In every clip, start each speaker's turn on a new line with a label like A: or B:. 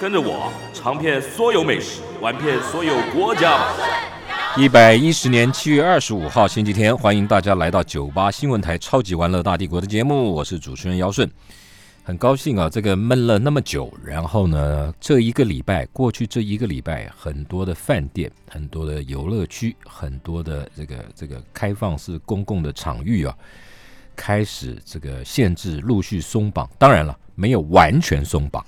A: 跟着我尝遍所有美食，玩遍所有国家吧。
B: 一百一十年七月二十五号星期天，欢迎大家来到九八新闻台《超级玩乐大帝国》的节目，我是主持人姚顺。很高兴啊，这个闷了那么久，然后呢，这一个礼拜过去，这一个礼拜，很多的饭店、很多的游乐区、很多的这个这个开放式公共的场域啊，开始这个限制陆续松绑。当然了，没有完全松绑。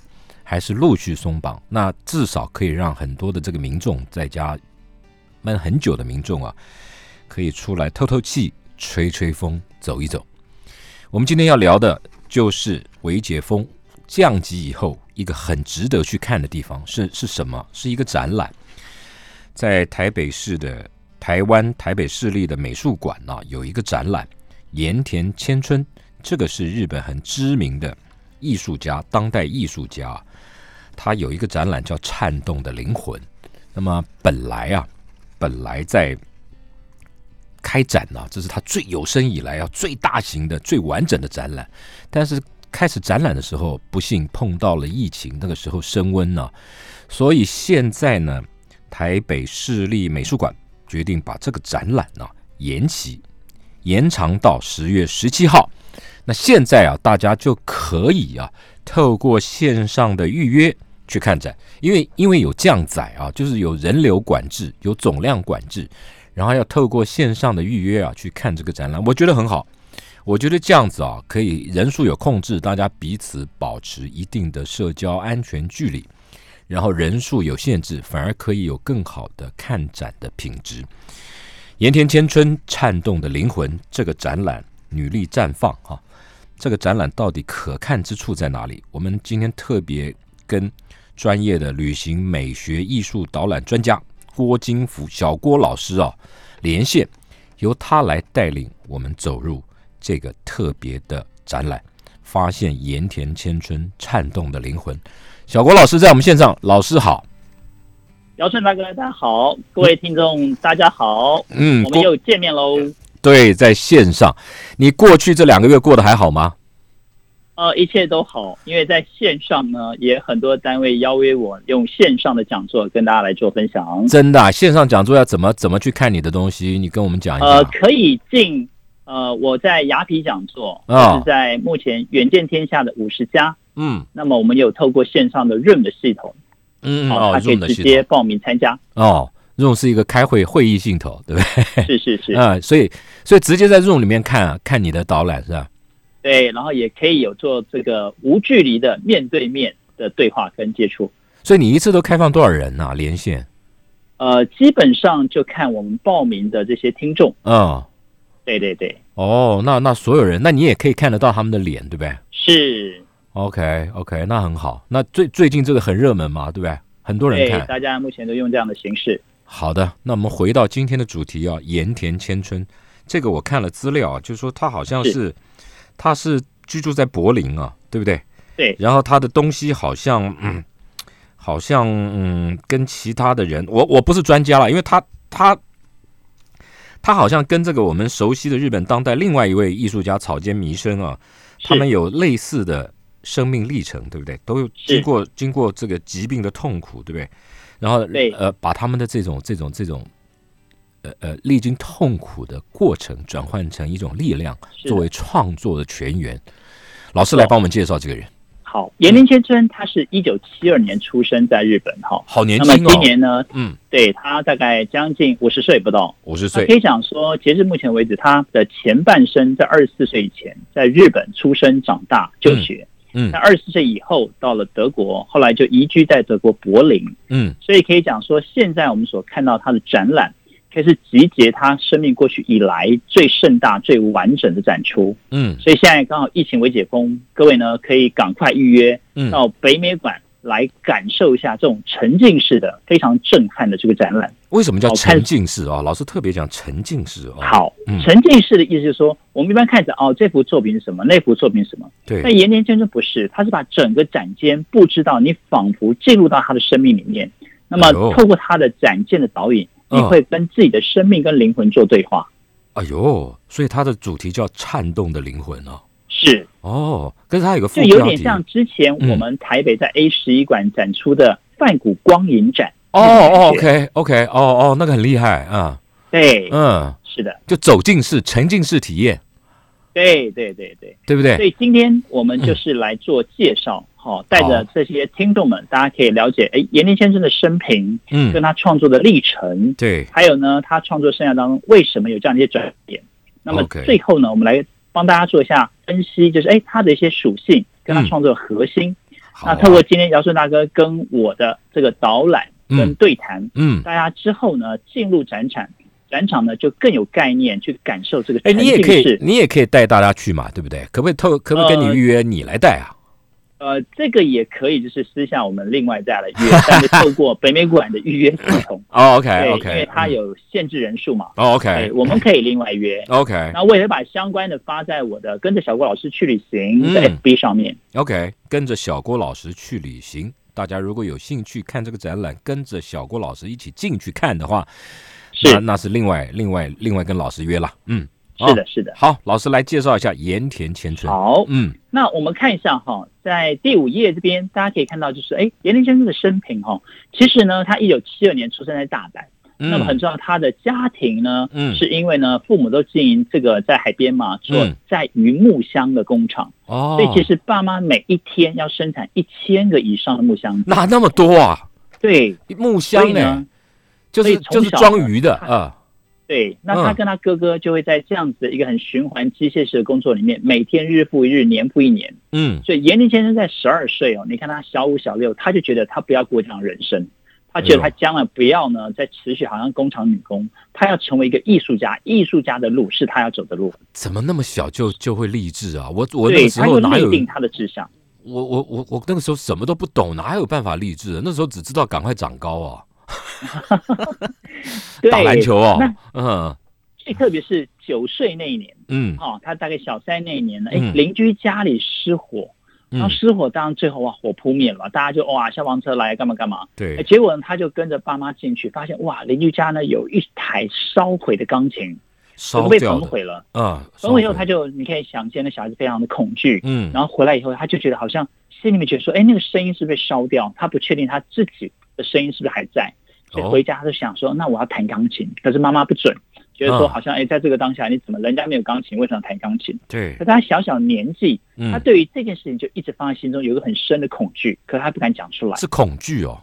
B: 还是陆续松绑，那至少可以让很多的这个民众在家闷很久的民众啊，可以出来透透气、吹吹风、走一走。我们今天要聊的就是维解封降级以后一个很值得去看的地方是是什么？是一个展览，在台北市的台湾台北市立的美术馆啊，有一个展览“盐田千春”，这个是日本很知名的艺术家，当代艺术家啊。他有一个展览叫《颤动的灵魂》。那么本来啊，本来在开展呢、这是他最有生以来啊最大型的、最完整的展览。但是开始展览的时候，不幸碰到了疫情，那个时候升温呢、所以现在呢，台北市立美术馆决定把这个展览呢、延期，延长到十月十七号。那现在啊，大家就可以啊，透过线上的预约去看展，因为因为有降载啊，就是有人流管制，有总量管制，然后要透过线上的预约啊去看这个展览，我觉得很好。我觉得这样子啊，可以人数有控制，大家彼此保持一定的社交安全距离，然后人数有限制，反而可以有更好的看展的品质。盐田千春颤动的灵魂这个展览，女力绽放啊，这个展览到底可看之处在哪里？我们今天特别跟专业的旅行美学艺术导览专家郭金福小郭老师啊连线，由他来带领我们走入这个特别的展览，发现盐田千春颤动的灵魂。小郭老师在我们线上，老师好。
C: 姚顺大哥，大家好，各位听众，大家好，
B: 嗯，
C: 我们
B: 郭
C: 又见面喽。
B: 对，在线上，你过去这两个月过得还好吗？
C: 呃，一切都好，因为在线上呢，也很多单位邀约我用线上的讲座跟大家来做分享。
B: 真的啊、线上讲座要怎么怎么去看你的东西？你跟我们讲一下。
C: 呃，可以进呃我在雅痞讲座，
B: 啊
C: 就是在目前远见天下的五十家。
B: 嗯
C: 那么我们有透过线上的 Room 的系统，
B: 嗯
C: 哦，
B: 哦
C: 他可以
B: ，Zoom 的
C: 直
B: 系
C: 接
B: 统
C: 报名参加。
B: 哦，Zoom 是一个开会会议系统，对不对？
C: 是是是，
B: 啊、所以所以直接在 Zoom 里面看啊，看你的导览是吧？
C: 对，然后也可以有做这个无距离的面对面的对话跟接触。
B: 所以你一次都开放多少人呐、连线？
C: 呃，基本上就看我们报名的这些听众。
B: 嗯，
C: 对对对，
B: 哦，那那所有人，那你也可以看得到他们的脸，对不对
C: 是，
B: ？OK OK，那很好。那最最近这个很热门嘛，对不对？很多人
C: 对，
B: 看。
C: 大家目前都用这样的形式。
B: 好的，那我们回到今天的主题啊，盐田千春。这个我看了资料啊，就是说他好像是，
C: 是
B: 他是居住在柏林啊，对不对？
C: 对
B: 然后他的东西好像，嗯，好像嗯，跟其他的人，我我不是专家了，因为他他他好像跟这个我们熟悉的日本当代另外一位艺术家草间弥生啊，
C: 是
B: 他们有类似的生命历程，对不对？都有经过经过这个疾病的痛苦，对不对？然后
C: 对
B: 呃，把他们的这种这种这种呃呃历经痛苦的过程，转换成一种力量，
C: 是的
B: 作为创作的泉源。老师来帮我们介绍这个人，
C: 好，岩田千春他是一九七二年出生在日本哈，
B: 好年
C: 那
B: 轻
C: 么
B: 哦
C: 今，年呢，
B: 嗯，
C: 对他大概将近五十岁不到。
B: 五十
C: 那
B: 岁
C: 可，以讲说，截至目前为止，他的前半生在二十四岁以前在日本出生长大就学，
B: 嗯
C: 那二十岁以后到了德国，后来就移居在德国柏林。
B: 嗯
C: 所以可以讲说，现在我们所看到他的展览，可以是集结他生命过去以来最盛大、最完整的展出。
B: 嗯
C: 所以现在刚好疫情未解封，各位呢可以赶快预约
B: 嗯，
C: 到北美馆来感受一下这种沉浸式的非常震撼的这个展览。
B: 为什么叫
C: 好看
B: 沉浸式啊？老师特别讲沉浸式啊。，
C: 好
B: 嗯，
C: 沉浸式的意思就是说，我们一般看着哦，这幅作品是什么，那幅作品是什么，但
B: 对，
C: 延年先生不是，他是把整个展间布置到你仿佛进入到他的生命里面。那
B: 哎呦
C: 么透过他的展件的导引，
B: 嗯
C: 你会跟自己的生命跟灵魂做对话。
B: 哎呦，所以它的主题叫颤动的灵魂啊。
C: 是，
B: 哦，可是它有个副
C: 就有
B: 标
C: 点
B: 题
C: 像之前
B: 嗯
C: 我们台北在 A 十一馆展出的梵谷光影展。
B: 哦哦
C: 对
B: ，OK OK，哦哦，那个很厉害啊，
C: 对，
B: 嗯，
C: 是的，
B: 就走进式、沉浸式体验，
C: 对对对对。
B: 对不对？
C: 所以今天我们
B: 嗯
C: 就是来做介绍，好、带着这些听众们，大家可以了解，哎，延年先生的生平，
B: 嗯
C: 跟，他创作的历程，
B: 对，
C: 还有呢，他创作生涯当中为什么有这样的一些转变？那么
B: OK
C: 最后呢，我们来帮大家做一下分析，就是哎，他的一些属性跟他
B: 嗯
C: 创作的核心。
B: 好
C: 那
B: 啊，
C: 透过今天姚顺大哥跟我的这个导览跟对谈，
B: 嗯，
C: 大家之后呢进入展场，展场呢就更有概念去感受这个
B: 哎，
C: 沉
B: 你也
C: 浸
B: 可以
C: 式，。
B: 你也可以带大家去嘛，对不对？可不可以透？可不可以跟你
C: 呃
B: 预约，你来带啊？
C: 呃，这个也可以，就是私下我们另外再来约，但是透过北美馆的预约系统，
B: 哦
C: 对
B: ，OK
C: 因为
B: OK，
C: 它有限制人数嘛，
B: 哦
C: 对，
B: OK
C: 我们可以另外约。
B: OK
C: 那我也会把相关的发在我的跟着小郭老师去旅行的
B: 嗯
C: FB 上面。
B: OK，跟着小郭老师去旅行。大家如果有兴趣看这个展览，跟着小郭老师一起进去看的话，
C: 是
B: 那那是另外另外另外跟老师约了。嗯，
C: 是的，是的。
B: 好，老师来介绍一下盐田千春。
C: 好，
B: 嗯，
C: 那我们看一下哈，在第五页这边，大家可以看到，就是哎，严林先生的生平哈，其实呢，他一九七二年出生在大阪，
B: 嗯
C: 那么很重要，他的家庭呢，
B: 嗯
C: 是因为呢，父母都经营这个在海边嘛，做
B: 嗯
C: 在榆木箱的工厂，
B: 哦，
C: 所以其实爸妈每一天要生产一千个以上的木箱子，
B: 哪那么多啊？
C: 对，
B: 木
C: 所
B: 箱
C: 以
B: 哎、
C: 呢。
B: 就是
C: 所以从
B: 就是
C: 小
B: 装鱼的啊、
C: 对，那他
B: 嗯
C: 跟他哥哥就会在这样子一个很循环机械式的工作里面，每天日复一日，年复一年。
B: 嗯，
C: 所以严林先生在十二岁哦，你看他小五小六，他就觉得他不要过这样的人生，他觉得
B: 哎
C: 他将来不要呢再持续好像工厂女工，他要成为一个艺术家，艺术家的路是他要走的路。
B: 怎么那么小就就会励志啊？我我那
C: 对，
B: 个时
C: 他
B: 候
C: 就
B: 哪有
C: 内定他的志向。
B: 我我我我那个时候什么都不懂，哪有办法励志啊？那时候只知道赶快长高啊，
C: 对，
B: 打篮球啊
C: 那，
B: 嗯
C: 最特别是九岁那一年，
B: 嗯
C: 哦，他大概小三那一年呢，哎
B: 嗯，
C: 邻居家里失火，然后
B: 嗯，
C: 失火，当然最后哇火扑灭了嘛，大家就哇消防车来干嘛干嘛。哎
B: 嗯对，
C: 结果呢，他就跟着爸妈进去，发现哇，邻居家呢有一台烧毁的钢琴，怎
B: 烧
C: 么被
B: 掉
C: 焚
B: 的
C: 毁了。
B: 啊，烧
C: 焚毁以后，
B: 掉
C: 他就你可以想见，那小孩子非常的恐惧。
B: 嗯，
C: 然后回来以后，他就觉得好像心里面觉得说，哎，那个声音是被烧掉，他不确定他自己的声音是不是还在，所以
B: 哦
C: 回家他就想说，那我要弹钢琴，可是妈妈不准，觉得说
B: 嗯
C: 好像哎，在这个当下你怎么人家没有钢琴，为什么要弹钢琴？
B: 对
C: 可，他小小年纪，他
B: 嗯，
C: 对于这件事情就一直放在心中，有一个很深的恐惧，可他不敢讲出来。
B: 是恐惧哦，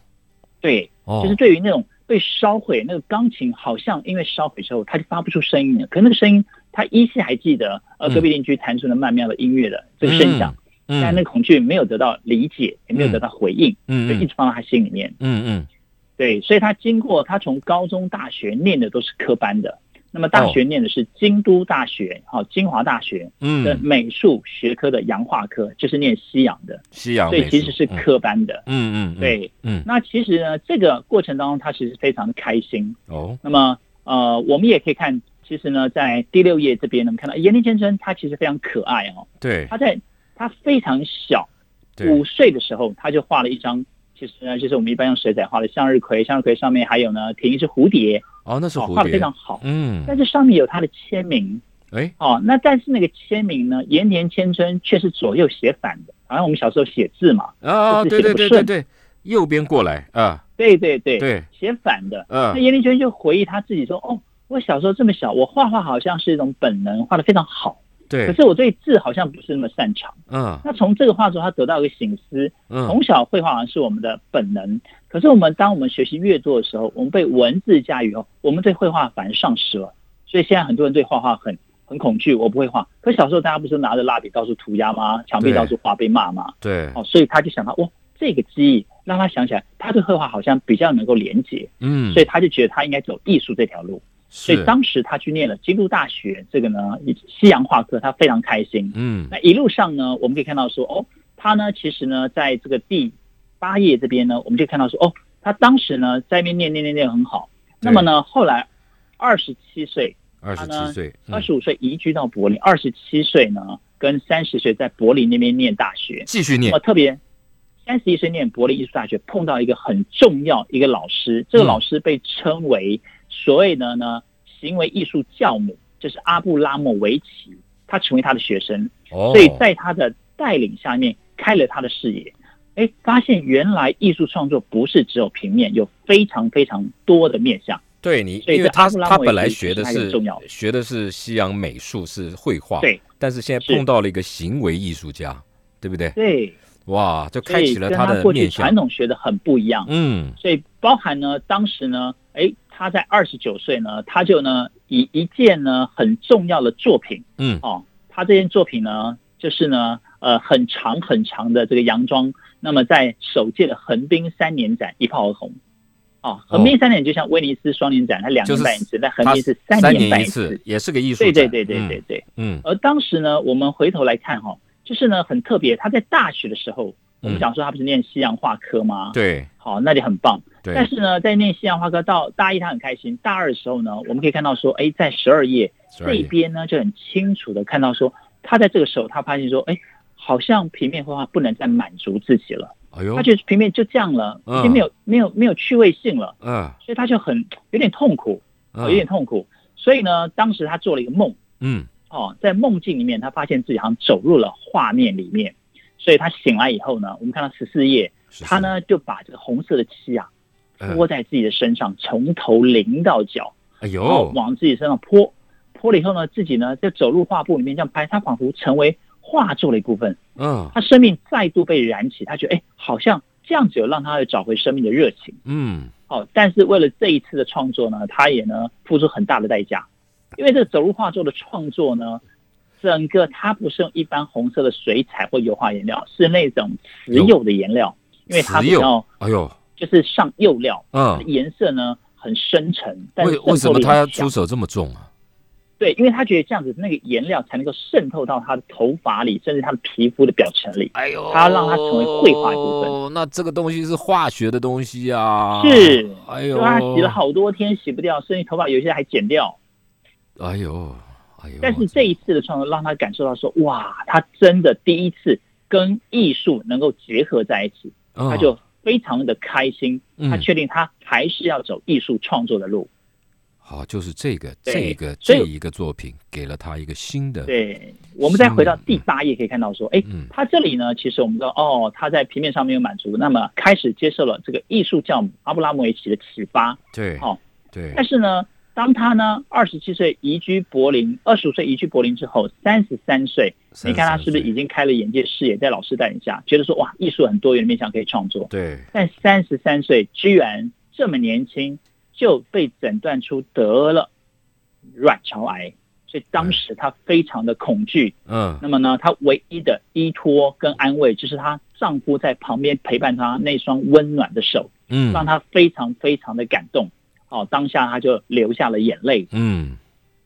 C: 对，
B: 哦
C: 就是，对于那种被烧毁那个钢琴，好像因为烧毁之后，它就发不出声音了。可那个声音，他依稀还记得，呃，
B: 嗯
C: 隔壁邻居弹出了曼妙的音乐的这个声响，但那
B: 嗯
C: 个恐惧没有得到理解，也没有得到回应，
B: 嗯
C: 就一
B: 嗯
C: 直放在他心里面。
B: 嗯嗯，
C: 对，所以他经过他从高中、大学念的都是科班的，那么
B: 哦
C: 大学念的是京都大学，哦，清华大学的
B: 嗯，
C: 美术学科的洋画科，就是念西洋的，
B: 西洋
C: 所以
B: 美
C: 其实
B: 术
C: 是，科班的。
B: 嗯嗯嗯，嗯，
C: 对，
B: 嗯
C: 那其实呢，这个过程当中，他其实非常的开心。
B: 哦，
C: 那么，呃，我们也可以看，其实呢，在第六页这边呢，我们看到哎严立先生他其实非常可爱哦。
B: 对
C: 他在他非常小，
B: 对
C: 五，岁的时候，他就画了一张，其实呢，就是我们一般用水彩画的向日葵，向日葵上面还有呢，停一只蝴蝶，
B: 哦，那是
C: 哦，
B: 蝴
C: 画的
B: 蝶
C: 非，常好。
B: 嗯，
C: 但是上面有他的签名
B: 哎，
C: 哦，那但是那个签名呢，盐田千春却是左右写反的，好像我们小时候写字嘛，
B: 啊，
C: 就
B: 对
C: 是写
B: 对
C: 得不
B: 对对
C: 顺
B: 对，右边过来啊，
C: 对对对，
B: 对，
C: 写反的。
B: 嗯
C: 那严立娟就回忆他自己说：“哦，我小时候这么小，我画画好像是一种本能，画的非常好。
B: 对，
C: 可是我对字好像不是那么擅长。
B: 嗯
C: 那从这个画中，他得到一个醒思：
B: 嗯
C: 从小绘画好像是我们的本能，可是我们当我们学习越多的时候，我们被文字驾驭后，我们对绘画反而丧失了。所以现在很多人对画画很很恐惧，我不会画。可小时候大家不是拿着蜡笔到处涂鸦吗？墙壁
B: 对
C: 到处画被骂吗？
B: 对，
C: 哦，所以他就想到，哇，这个记忆让他想起来，他对绘画好像比较能够连接。
B: 嗯
C: 所，以他就觉得他应该走艺术这条路。所
B: 是，
C: 以当时他去念了京都大学这个呢西洋画科，他非常开心。
B: 嗯
C: 那一路上呢，我们可以看到说，哦，他呢其实呢在这个第八页这边呢，我们就看到说，哦，他当时呢在那边念念念念很好，那么呢后来二十七岁，
B: 二十七岁，嗯
C: 二十五岁移居到柏林，二十七岁呢跟三十岁在柏林那边念大学，
B: 继续
C: 那
B: 念
C: 么，特别。三十一岁念柏林艺术大学，碰到一个很重要一个老师，这个
B: 嗯
C: 老师被称为所谓的呢行为艺术教母，就是阿布拉莫维奇，他成为他的学生。
B: 哦
C: 所以在他的带领下面开了他的视野，哎，发现原来艺术创作不是只有平面，有非常非常多的面向。
B: 对你，
C: 所以
B: 因为
C: 在
B: 他
C: 阿布拉
B: 他
C: 莫
B: 本
C: 维
B: 来
C: 奇
B: 学的
C: 是还很
B: 是
C: 重要的
B: 学的是西洋美术，是绘画，
C: 对，
B: 但是现在
C: 是
B: 碰到了一个行为艺术家，对不对？
C: 对，
B: 哇，就
C: 所
B: 开
C: 以
B: 启了
C: 跟他
B: 的
C: 过去
B: 面向
C: 传。统学的很不一样。
B: 嗯，
C: 所以包含呢，当时呢，哎，他在二十九岁呢，他就呢以一件呢很重要的作品，
B: 嗯
C: 哦，他这件作品呢，就是呢，呃，很长很长的这个洋装，那么在首届的横滨三年展一炮而红。哦，横滨三年就像威尼斯双年展，它两
B: 就
C: 年
B: 是
C: 办一次，但横
B: 他
C: 滨是
B: 三
C: 年办
B: 一次，也是个艺术
C: 对
B: 展。
C: 对对对对对。
B: 嗯，嗯，
C: 而当时呢，我们回头来看哈、就是呢很特别，他在大学的时候，我们讲说他不是念西洋画科吗？，
B: 嗯对
C: 好，那里很棒。但
B: 对，
C: 是呢，在念西洋画科到大一，他很开心。大二的时候呢，我们可以看到说，哎，在十二页
B: 所
C: 这
B: 以
C: 边呢，就很清楚的看到说，他在这个时候，他发现说，哎，好像平面绘画不能再满足自己了，
B: 哎呦
C: 他，觉得平面就这样了，
B: 嗯
C: 已经没有没有没有趣味性了，
B: 嗯
C: 所以他就很有点痛苦，有点
B: 嗯
C: 痛苦。所以呢，当时他做了一个梦，
B: 嗯，
C: 哦，在梦境里面，他发现自己好像走入了画面里面，所以他醒来以后呢，我们看到十四页，
B: 是
C: 他，呢就把这个红色的漆啊。
B: 是嗯
C: 泼在自己的身上，从头淋到脚，
B: 哎
C: 然后
B: 呦，
C: 往自己身上泼，泼了以后呢，自己呢就走入画布里面这样拍，他仿佛成为画作的一部分，
B: 嗯
C: 他生命再度被燃起，他觉得哎，好像这样子有让他有找回生命的热情。
B: 嗯，
C: 哦，但是为了这一次的创作呢，他也呢付出很大的代价，因为这个走入画作的创作呢，整个它不是用一般红色的水彩或油画颜料，是那种瓷
B: 有
C: 釉的颜料，因为它
B: 只
C: 比
B: 有
C: 较，
B: 哎呦，
C: 就是上釉料。
B: 嗯，
C: 颜色呢很深沉，但是
B: 为
C: 渗透
B: 为什么
C: 力
B: 他
C: 很
B: 出
C: 强
B: 手这么重啊？
C: 对，因为他觉得这样子那个颜料才能够渗透到他的头发里，甚至他的皮肤的表层里。
B: 哎呦，
C: 他要让它成为绘画一部分
B: 那这个东西是化学的东西啊，
C: 是
B: 哎
C: 所
B: 呦，
C: 以他洗了好多天洗不掉，甚至头发有些还剪掉。
B: 哎呦，哎呦，
C: 但是这一次的创作让他感受到说，哇，他真的第一次跟艺术能够结合在一起，
B: 嗯
C: 他就非常的开心。
B: 嗯
C: 他确定他还是要走艺术创作的路。
B: 好，就是这个
C: 对
B: 这一个
C: 所以
B: 这一个作品给了他一个新的，
C: 对，我们再回到第八页，可以看到说，哎
B: 嗯，
C: 他这里呢，其实我们知道，哦，他在平面上没有满足，那么开始接受了这个艺术教母阿布拉莫维奇的启发。
B: 对，
C: 好
B: 对
C: 哦但，是呢，当他呢二十七岁移居柏林，二十五岁移居柏林之后，三十三岁，
B: 33
C: 你看他是不是
B: 岁
C: 已经开了眼界视野，在老师带领下，觉得说哇，艺术很多元的面向可以创作。
B: 对，
C: 但三十三岁居然这么年轻就被诊断出得了卵巢癌，所以当时他非常的恐惧。
B: 嗯
C: 那么呢，她唯一的依托跟安慰就是她丈夫在旁边陪伴她那双温暖的手，让
B: 嗯
C: 她非常非常的感动。哦，当下她就流下了眼泪。
B: 嗯，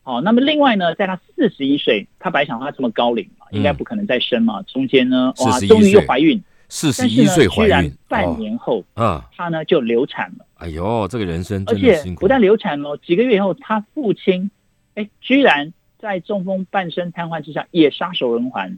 C: 哦，那么另外呢，在她四十一岁，她本来想她这么高龄嘛，
B: 嗯
C: 应该不可能再生嘛。中间呢，哇，
B: 41
C: 终于又怀孕，
B: 四十
C: 但
B: 一
C: 是
B: 岁
C: 呢，居
B: 怀
C: 然
B: 孕，
C: 半
B: 哦，
C: 年后
B: 嗯，
C: 她呢就流产了，
B: 哎呦，这个人生
C: 而
B: 真的
C: 且
B: 辛苦，
C: 不但流产了，几个月以后，她父亲，哎，居然在中风半身瘫痪之下也撒手人寰。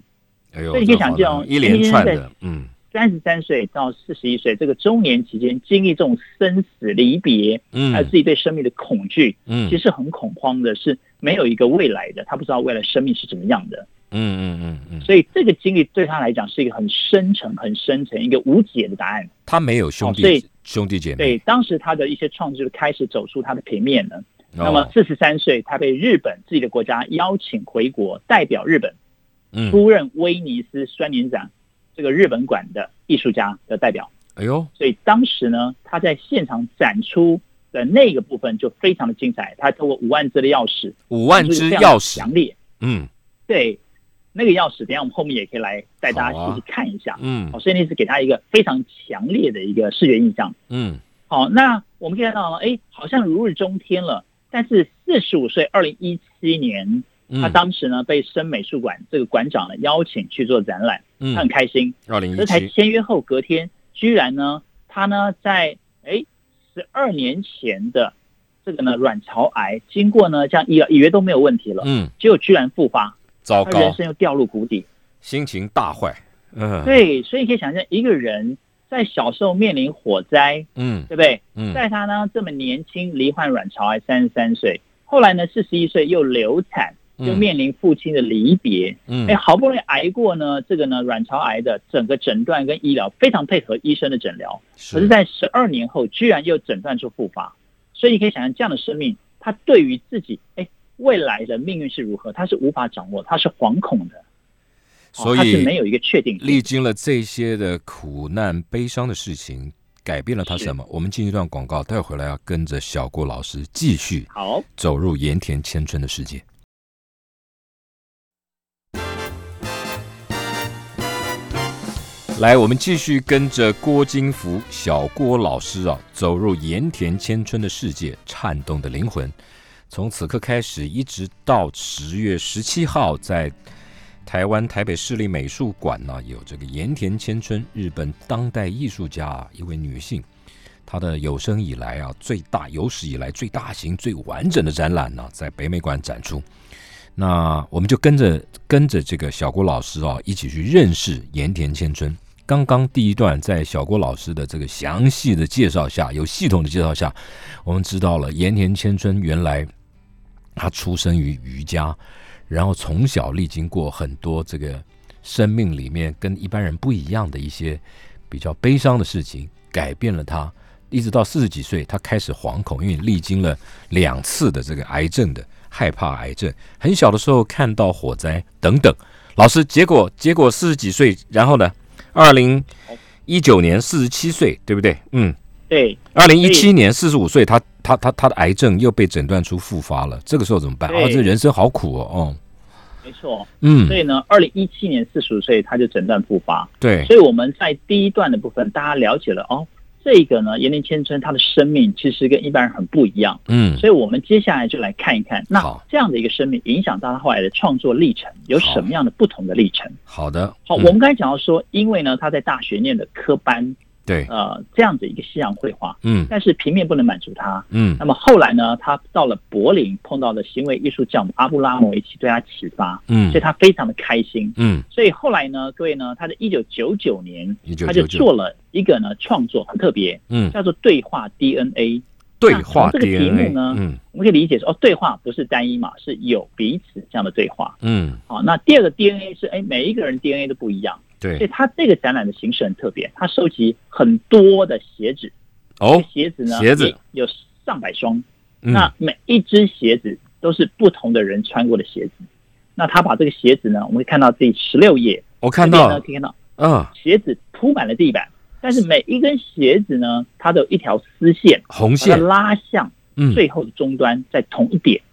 B: 哎呦，
C: 所以你可以
B: 这好
C: 想象哦
B: 难一连串
C: 今
B: 的
C: 天，
B: 嗯，
C: 三十三岁到四十一岁这个中年期间，经历这种生死离别，
B: 嗯
C: 还有自己对生命的恐惧，
B: 嗯
C: 其呃实很恐慌的，是没有一个未来的，他不知道未来生命是怎么样的。
B: 嗯嗯嗯嗯，
C: 所以这个经历对他来讲是一个很深沉、很深沉、一个无解的答案。
B: 他没有兄
C: 哦所以
B: 弟兄弟姐
C: 对，
B: 妹，
C: 当时他的一些创作就开始走出他的平面了。那么
B: 哦，
C: 四十三岁，他被日本自己的国家邀请回国，代表日本
B: 嗯，
C: 出任威尼斯双年展这个日本馆的艺术家的代表。
B: 哎呦，
C: 所以当时呢，他在现场展出的那个部分就非常的精彩。他透过五万只的钥匙，
B: 五万
C: 展出
B: 只
C: 一个非常
B: 钥匙
C: 强，烈，
B: 嗯
C: 对，那个钥匙，等一下我们后面也可以来带大
B: 好
C: 家
B: 啊
C: 细细看一下。
B: 嗯
C: 好，所以那是给他一个非常强烈的一个视觉印象。
B: 嗯，
C: 好，那我们可以看到，哎，好像如日中天了。但是四十五岁，二零一七年，
B: 嗯
C: 他当时呢被深美术馆这个馆长呢邀请去做展览，他
B: 嗯
C: 很开心。
B: 二零
C: 这
B: 一
C: 才
B: 七，
C: 签约后隔天，居然呢，他呢在哎十二年前的这个呢卵巢癌，经过呢这样以以为都没有问题了，
B: 嗯，
C: 结果居然复发，
B: 糟
C: 他人
B: 糕，
C: 生又掉入谷底。
B: 心情大坏，嗯，，
C: 对，所以你可以想象，一个人在小时候面临火灾，
B: 嗯
C: 对不对？
B: 嗯，
C: 在他呢这么年轻罹患卵巢癌，三十三岁，后来呢四十一岁又流产，又面临父亲的离别。
B: 嗯
C: 哎，好不容易挨过呢这个呢卵巢癌的整个诊断跟医疗非常配合医生的诊疗，可是，在十二年后居然又诊断出复发，所以你可以想象这样的生命，他对于自己哎未来的命运是如何，他是无法掌握，他是惶恐的，哦
B: 所
C: 他是
B: 以
C: 没有一个确定性。
B: 历经了这些的苦难、悲伤的事情，改变了他
C: 是
B: 什么？我们进一段广告，待会回来要跟着小郭老师继续
C: 好。
B: 走入盐田千春的世界。来，我们继续跟着郭金福小郭老师啊，走入盐田千春的世界，颤动的灵魂。从此刻开始，一直到十月十七号，在台湾台北市立美术馆呢、有这个盐田千春，日本当代艺术家、啊、一位女性他的有生以来啊最大有史以来最大型、最完整的展览呢、在北美馆展出。那我们就跟着跟着这个小郭老师啊，一起去认识盐田千春。刚刚第一段在小郭老师的这个详细的介绍下，有系统的介绍下，我们知道了盐田千春原来他出生于瑜伽，然后从小历经过很多这个生命里面跟一般人不一样的一些比较悲伤的事情，改变了他。一直到四十几岁，他开始惶恐，因为历经了两次的这个癌症的害怕癌症，很小的时候看到火灾等等。老师，结果结果四十几岁，然后呢，二零一九年四十七岁，对不对？嗯，
C: 对，
B: 二零一七年四十五岁，他他他他的癌症又被诊断出复发了，这个时候怎么办？
C: 对
B: 哦，这人生好苦哦，哦，
C: 没错。所
B: 嗯，
C: 以呢，二零一七年四十五岁他就诊断复发，
B: 对，
C: 所以我们在第一段的部分，大家了解了哦，这个呢，延龄千春他的生命其实跟一般人很不一样，
B: 嗯，
C: 所以我们接下来就来看一看，那
B: 好
C: 这样的一个生命影响到他后来的创作历程有
B: 好
C: 什么样的不同的历程。
B: 好的，
C: 好，
B: 嗯
C: 我们刚才讲到说，因为呢他在大学念的科班，
B: 对，
C: 呃，这样子一个西洋绘画，
B: 嗯
C: 但是平面不能满足他，
B: 嗯
C: 那么后来呢，他到了柏林碰到了行为艺术教母阿布拉莫维奇对他启发，
B: 嗯
C: 所以他非常的开心。
B: 嗯，
C: 所以后来呢，各位呢，他在一九九九年，
B: 1999
C: 他就做了一个呢创作，很特别，
B: 嗯，
C: 叫做对话 DNA。
B: 对话
C: 那从这个题目
B: DNA，
C: 呢
B: 嗯
C: 我们可以理解说，哦，对话不是单一嘛，是有彼此这样的对话。
B: 嗯，
C: 好、那第二个 DNA 是，哎，每一个人 DNA 都不一样，所以
B: 对，
C: 他这个展览的形式很特别，他收集很多的鞋子，
B: 哦，
C: 鞋子呢，
B: 鞋子
C: 有上百双，
B: 嗯
C: 那每一只鞋子都是不同的人穿过的鞋子。那他把这个鞋子呢，我们会看到第十六页，
B: 我看
C: 这
B: 到
C: 边呢
B: 了，
C: 可以看
B: 嗯，
C: 到鞋子铺满了地板，但是每一根鞋子呢，它都有一条丝线，
B: 红
C: 把它
B: 线，
C: 拉向
B: 嗯，
C: 最后的终端在同一点。
B: 嗯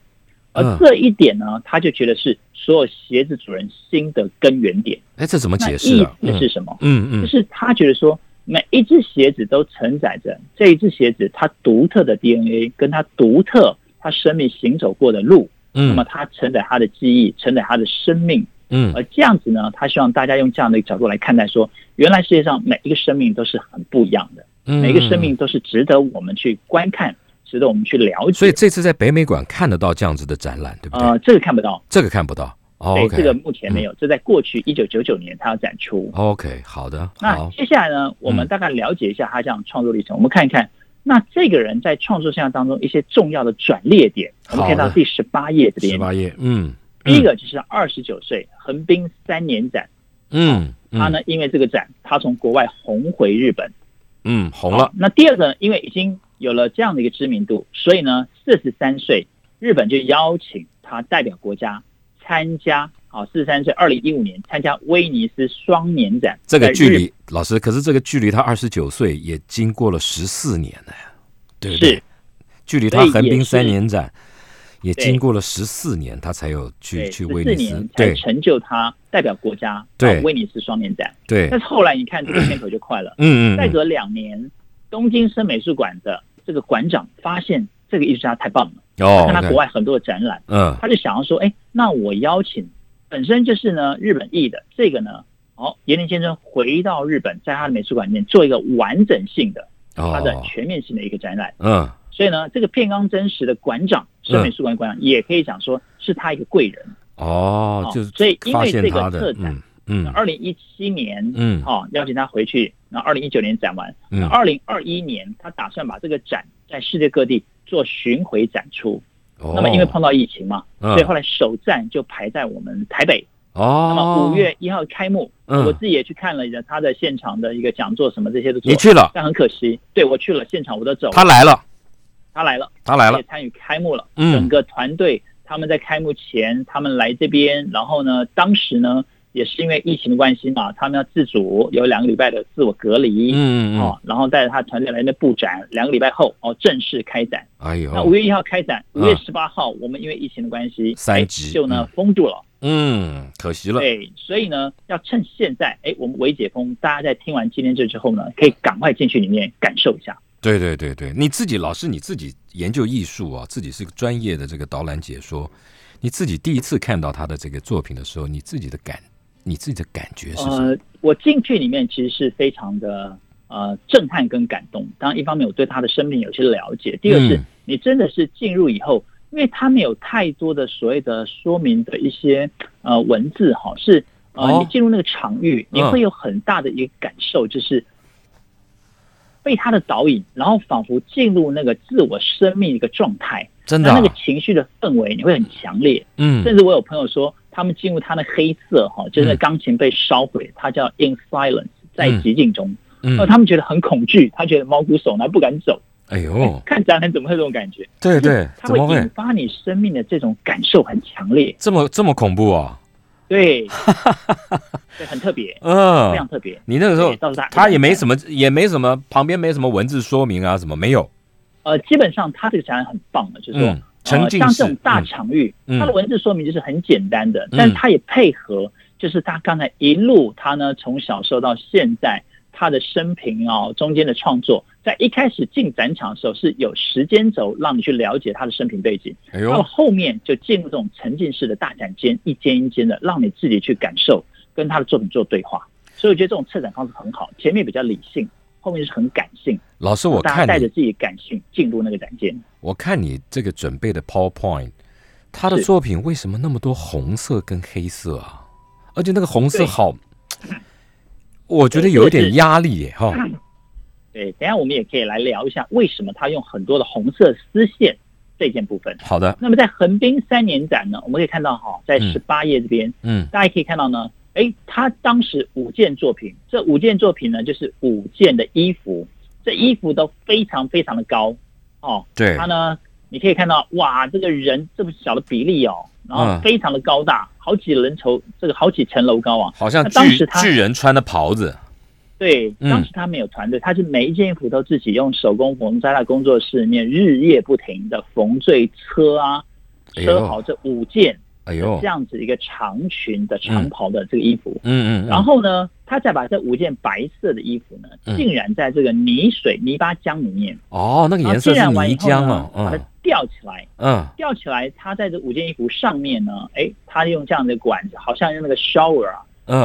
C: 而这一点呢，他就觉得是所有鞋子主人心的根源点。
B: 哎，这怎么
C: 那
B: 解
C: 意
B: 释啊？
C: 思是什么？
B: 嗯
C: 就
B: 嗯
C: 是他觉得说，每一只鞋子都承载着这一只鞋子它独特的 DNA，跟它独特它生命行走过的路，那么
B: 嗯
C: 它承载它的记忆，承载它的生命。
B: 嗯嗯，
C: 而这样子呢，他希望大家用这样的一个角度来看待说，原来世界上每一个生命都是很不一样的，
B: 嗯
C: 每一个生命都是值得我们去观看，值得我们去了
B: 所以
C: 解。
B: 这次在北美馆看得到这样子的展览，对不对？
C: 呃，这个看不到，
B: 这个看不到。哦
C: 对，
B: OK，嗯
C: 这个目前没有，这在过去一九九九年它要展出。
B: OK，好的，
C: 那
B: 好，嗯
C: 接下来呢，我们大概了解一下他这样创作历程。我们看一看，那这个人在创作生涯当中一些重要的转捩点，我们
B: 好
C: 可以到
B: 的
C: 第十八页这
B: 十
C: 边。
B: 八页，嗯
C: 第一个就是二十九岁横滨三年展，
B: 嗯，嗯
C: 他呢因为这个展，他从国外红回日本。
B: 嗯红了，
C: 那第二个呢，因为已经有了这样的一个知名度，所以呢，四十三岁日本就邀请他代表国家参加。啊，四十三岁，二零一五年参加威尼斯双年展，
B: 这个
C: 在
B: 距
C: 日
B: 离老师，可是这个距离他二十九岁也经过了十四年呢，对不对
C: 是？
B: 距离
C: 所
B: 他
C: 以也
B: 横滨三
C: 是
B: 年展也
C: 对
B: 经过了十四年，他才有去
C: 对，
B: 去
C: 十
B: 威
C: 四
B: 尼斯
C: 年，才
B: 对
C: 成就他代表国家到
B: 对
C: 威尼斯双年展。
B: 对，，
C: 但是后来你看这个片头就快了
B: 嗯嗯
C: 再
B: 嗯，
C: 隔两年，东京森美术馆的这个馆长发现这个艺术家太棒了，
B: 哦
C: 看他
B: OK，
C: 国外很多的展览，
B: 嗯
C: 他就想要说，哎，那我邀请本身就是呢日本裔的这个呢好，岩田先生回到日本，在他的美术馆里面做一个完整性的、他的
B: 哦，
C: 全面性的一个展览。
B: 嗯，
C: 所以呢，这个片冈真实的馆长，是美术馆馆长，也可以讲说是他一个贵人。
B: 哦，
C: 哦
B: 就是
C: 所以因为
B: 发现
C: 这个
B: 他的
C: 色，彩
B: 嗯嗯
C: 二零一七年，
B: 嗯
C: 哦，邀请他回去，然后二零一九年展完，
B: 嗯，
C: 二零二一年他打算把这个展在世界各地做巡回展出。
B: 哦
C: 那么因为碰到疫情嘛，
B: 所
C: 所以后来首站就排在我们台北。那么
B: 嗯哦，
C: 五月一号开幕，
B: 嗯
C: 我自己也去看了他的现场的一个讲座，什么这些都做
B: 你。去了，
C: 但很可惜，对我去了现场，我都走了。
B: 他来了，
C: 他来了，
B: 他来
C: 他
B: 了
C: 也，参与开幕了。整
B: 嗯
C: 个团队他们在开幕前，他们来这边，然后呢，当时呢也是因为疫情的关系嘛，他们要自主有两个礼拜的自我隔
B: 嗯
C: 离。
B: 嗯嗯，
C: 哦，然后带着他团队来那布展，两个礼拜后哦正式开展。
B: 哎
C: 那五
B: 呦，
C: 月一号开展，
B: 嗯
C: 五月十八号、我们因为疫情的关系，
B: 三
C: 哎
B: 级
C: 就
B: 嗯
C: 呢封住了。
B: 嗯，可惜了，
C: 对，所以呢，要趁现在，哎，我们微解封，大家在听完今天这之后呢，可以赶快进去里面感受一下。
B: 对对对对，你自己老师你自己研究艺术啊，自己是个专业的这个导览解说，你自己第一次看到他的这个作品的时候，你自己的感，你自己的感觉是什么？
C: 呃，我进去里面其实是非常的呃震撼跟感动。当然，一方面我对他的生命有些了解，第二是、
B: 嗯
C: 你真的是进入以后，因为他没有太多的所谓的说明的一些呃文字哈，是呃、
B: 哦
C: 你进入那个场域，你
B: 嗯
C: 会有很大的一个感受，就是。被他的导引，然后仿佛进入那个自我生命一个状态，
B: 真的
C: 那
B: 啊
C: 那个，情绪的氛围你会很强烈，
B: 嗯
C: 甚至我有朋友说，他们进入他的黑色哈，就是那钢琴被烧毁，他叫 in silence，在寂静中，那、
B: 嗯，
C: 呃他们觉得很恐惧，他觉得毛骨悚然，不敢走。
B: 哎呦，
C: 看展览怎么会有这种感觉？
B: 对对，
C: 它
B: 怎么
C: 会引
B: 会
C: 发你生命的这种感受很强烈，
B: 这么这么恐怖啊？
C: 对，对，很特别，
B: 嗯
C: 非，常特别。
B: 你那个时
C: 对到
B: 候
C: 时候大
B: 他也没什么，也没什么，旁边没什么文字说明啊，什么没有？
C: 呃，基本上他这个展览很棒的，就是说。
B: 嗯，沉浸
C: 呃、像
B: 式
C: 这种大
B: 嗯
C: 场域，
B: 嗯
C: 它的文字说明就是很简单的，但是它也配合，就是他刚才一路他呢从小受到现在他的生平哦中间的创作，在一开始进展场的时候是有时间轴让你去了解他的生平背景，
B: 哎
C: 到了
B: 呦，
C: 后面就进入这种沉浸式的大展间，一间一间的让你自己去感受，跟他的作品做对话，所以我觉得这种策展方式很好，前面比较理性，后面是很感性，
B: 老师，我
C: 哦大家
B: 看
C: 带
B: 你
C: 着自己感性进入那个展间。
B: 我看你这个准备的 PowerPoint，他的
C: 是
B: 作品为什么那么多红色跟黑色啊？而且那个红色
C: 对
B: 好，我觉得有一点压力耶，哈。
C: 对，等一下我们也可以来聊一下为什么他用很多的红色丝线这件部分。
B: 好的，
C: 那么在横滨三年展呢，我们可以看到哈，在十八页这边，
B: 嗯
C: 大家可以看到呢，诶，他当时五件作品，这五件作品呢就是五件的衣服，这衣服都非常非常的高哦。
B: 对
C: 他呢，你可以看到哇，这个人这么小的比例哦，然后
B: 嗯
C: 非常的高大，好几人头，这个好几层楼高啊。
B: 好像
C: 那当
B: 巨
C: 时他
B: 巨人穿的袍子，
C: 对，
B: 嗯
C: 当时他没有团队，他是每一件衣服都自己用手工缝，在他工作室里面日夜不停的缝最车啊，
B: 哎呦
C: 车好这五件
B: 哎呦
C: 这，样子一个长裙的长袍的这个衣服，
B: 嗯嗯，
C: 然
B: 嗯，
C: 后呢，他再把这五件白色的衣服呢，
B: 嗯
C: 竟然在这个泥水泥巴浆里面，
B: 哦，那个
C: 然后
B: 颜
C: 浸
B: 色是
C: 染完以
B: 泥
C: 后
B: 浆
C: 呢
B: 哦，，
C: 把它
B: 嗯
C: 吊起来。
B: 嗯，
C: 吊起来，他在这五件衣服上面呢，哎，他用这样的管子，好像用那个 shower 啊，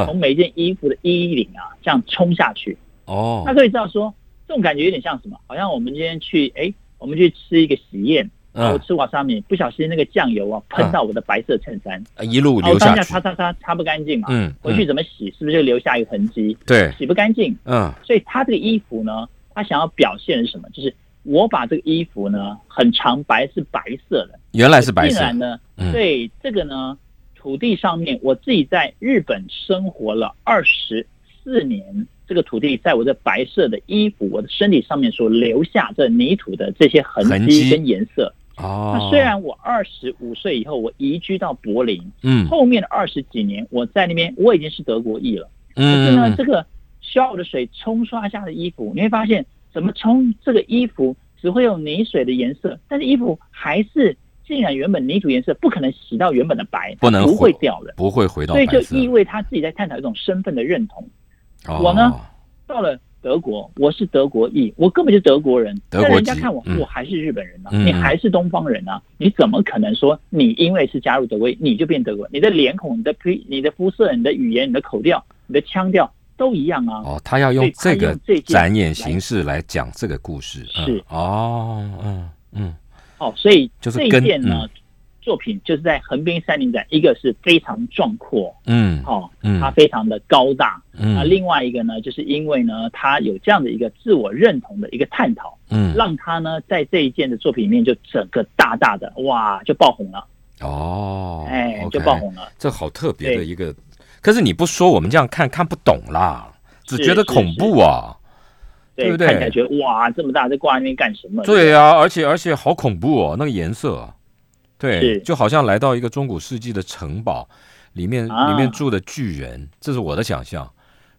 C: 从
B: 嗯，
C: 每一件衣服的衣领啊，这样冲下去，
B: 哦
C: 那，各位知道说，这种感觉有点像什么？好像我们今天去，哎、我们去吃一个喜宴，然后
B: 嗯，
C: 吃瓦萨米，不小心那个酱油啊喷到我的白色衬衫，
B: 呃一路
C: 然
B: 流
C: 后哦当
B: 下
C: 下
B: 去
C: 擦，擦擦擦不干净嘛，
B: 嗯，
C: 回去
B: 嗯
C: 怎么洗，是不是就留下一个痕迹？
B: 对，
C: 洗不干净，
B: 嗯
C: 所以他这个衣服呢，他想要表现的是什么？就是我把这个衣服呢，很长白是白色的，
B: 原来是白色
C: 竟，然呢，
B: 嗯
C: 对这个呢，土地上面，我自己在日本生活了二十四年，这个土地在我的白色的衣服、我的身体上面所留下这泥土的这些痕
B: 痕
C: 迹
B: 迹
C: 跟颜色。
B: 哦
C: 那，虽然我二十五岁以后我移居到柏林，
B: 嗯
C: 后面的二十几年我在那边我已经是德国裔了，可是呢，
B: 嗯
C: 这个消耗的水冲刷下的衣服，你会发现怎么冲这个衣服只会有泥水的颜色，但是衣服还是竟然原本泥土颜色，不可能洗到原本的白，
B: 不能
C: 不会
B: 混
C: 掉的，
B: 不会回到
C: 所以
B: 白
C: 就
B: 色，
C: 意味他自己在探讨一种身份的认同。我呢
B: 哦
C: 到了德国，我是德国裔，我根本就德国人，
B: 德
C: 但
B: 国籍
C: 人家看我，
B: 嗯
C: 我还是日本人啊，
B: 嗯
C: 你还是东方人啊，你怎么可能说你因为是加入德国，你就变德国？你的脸孔、你的皮、你的肤色、你的语言、你的口调，你的腔调都一样啊。
B: 哦，他要用
C: 对他
B: 这个
C: 用这件
B: 展演
C: 来
B: 形式来讲这个故事，嗯
C: 是
B: 哦，嗯嗯，
C: 哦，所以
B: 就是
C: 这一
B: 跟嗯
C: 件呢、作品就是在横滨三林展，一个是非常壮阔
B: 嗯
C: 哦，
B: 嗯
C: 它非常的高大。那
B: 嗯
C: 另外一个呢，就是因为呢，它有这样的一个自我认同的一个探讨，
B: 嗯，
C: 让他呢在这一件的作品里面就整个大大的哇就爆红了，
B: 哦，
C: 哎、
B: OK
C: 就爆红了。
B: 这好特别的
C: 对
B: 一个，可是你不说，我们这样看看不懂啦，只
C: 是
B: 觉得
C: 是
B: 恐
C: 是
B: 怖啊，对不对
C: 看起来觉得哇这么大，这挂在那边干什么？
B: 对啊，而且而且好恐怖哦，那个颜色啊，对，
C: 是
B: 就好像来到一个中古世纪的城堡，里面
C: 啊
B: 里面住的巨人，这是我的想象，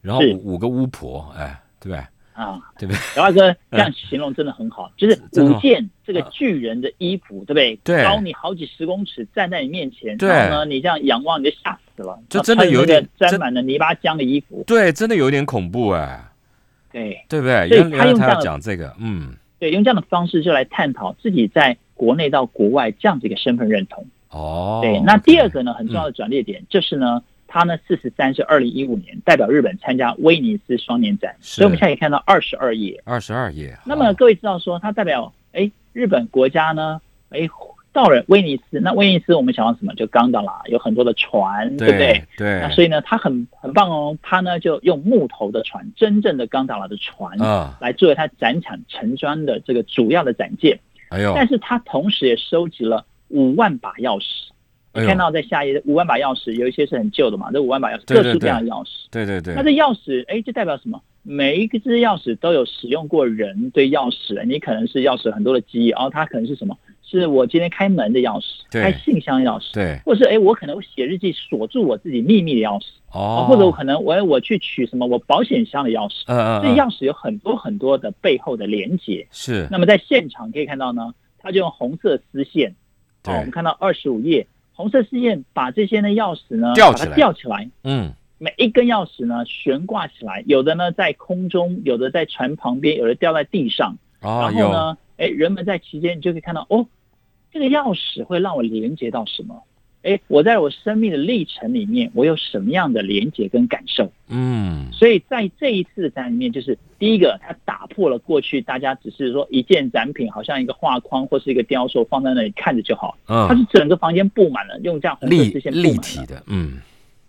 B: 然后
C: 是
B: 五五个巫婆，哎，对不对？
C: 啊，
B: 对不对？
C: 小二哥这样形容真的 很好，就是
B: 真的吗
C: 五件这个巨人的衣服，对不对？
B: 对
C: 高你好几十公尺，站在你面前，
B: 对
C: 然后呢，你这样仰望你就吓死了。
B: 这真的有点真
C: 然后穿着那个沾满了泥巴浆的衣服，
B: 对，真的有点恐怖哎，
C: 对
B: 对不对？
C: 对
B: 原原
C: 他
B: 来
C: 用
B: 他
C: 这样
B: 要
C: 的
B: 讲这个，嗯，
C: 对，用这样的方式就来探讨自己在国内到国外这样的一个身份认同。
B: 哦，嗯
C: 对，那第二
B: OK，
C: 个呢，很重要的转捩点就是呢，他呢四十三是二零一五年代表日本参加威尼斯双年展，
B: 是
C: 所以我们现在可以看到二十二页，
B: 二十二页，哦
C: 那
B: 好
C: 么各位知道说，它代表哎日本国家呢，哎到了威尼斯，那威尼斯我们想要什么？就刚到啦，有很多的船，对不对
B: 对？
C: 那
B: 对，
C: 所以呢，它很很棒哦，它呢就用木头的船，真正的冈达拉的船，
B: 啊，
C: 来作为它展场陈装的这个主要的展件。
B: 哎呦，
C: 但是它同时也收集了五万把钥匙，
B: 哎
C: 看
B: 呦，
C: 到在下一页五万把钥匙，有一些是很旧的嘛，这五万把钥匙
B: 对
C: 各
B: 对
C: 式各
B: 对
C: 样的钥匙。
B: 对对对，
C: 那这钥匙，哎，这代表什么？每一只钥匙都有使用过人对钥匙，你可能是钥匙很多的记忆，然后它可能是什么？是我今天开门的钥匙，
B: 对
C: 开信箱的钥匙，
B: 对
C: 或是哎，我可能写日记锁住我自己秘密的钥匙，
B: 哦，
C: 或者我可能我我去取什么我保险箱的钥匙。
B: 嗯嗯
C: 这
B: 嗯，
C: 钥匙有很多很多的背后的连接。
B: 是
C: 那么在现场可以看到呢，它就用红色丝线，
B: 对
C: 哦，我们看到二十五页红色丝线把这些呢钥匙呢
B: 吊
C: 把它
B: 起来
C: 吊起来，
B: 嗯
C: 每一根钥匙呢悬挂起来，有的呢在空中，有的在船旁边，有的掉在地上。
B: 哦
C: 然后
B: 有。
C: 呢，哎，人们在期间你就可以看到，哦，这个钥匙会让我连接到什么？哎，我在我生命的历程里面，我有什么样的连接跟感受？
B: 嗯，
C: 所以在这一次的展里面，就是第一个，它打破了过去大家只是说一件展品，好像一个画框或是一个雕塑放在那里看着就好，它是
B: 嗯，
C: 整个房间布满了，用这样红色
B: 立
C: 丝线布满
B: 立
C: 了
B: 体的，嗯，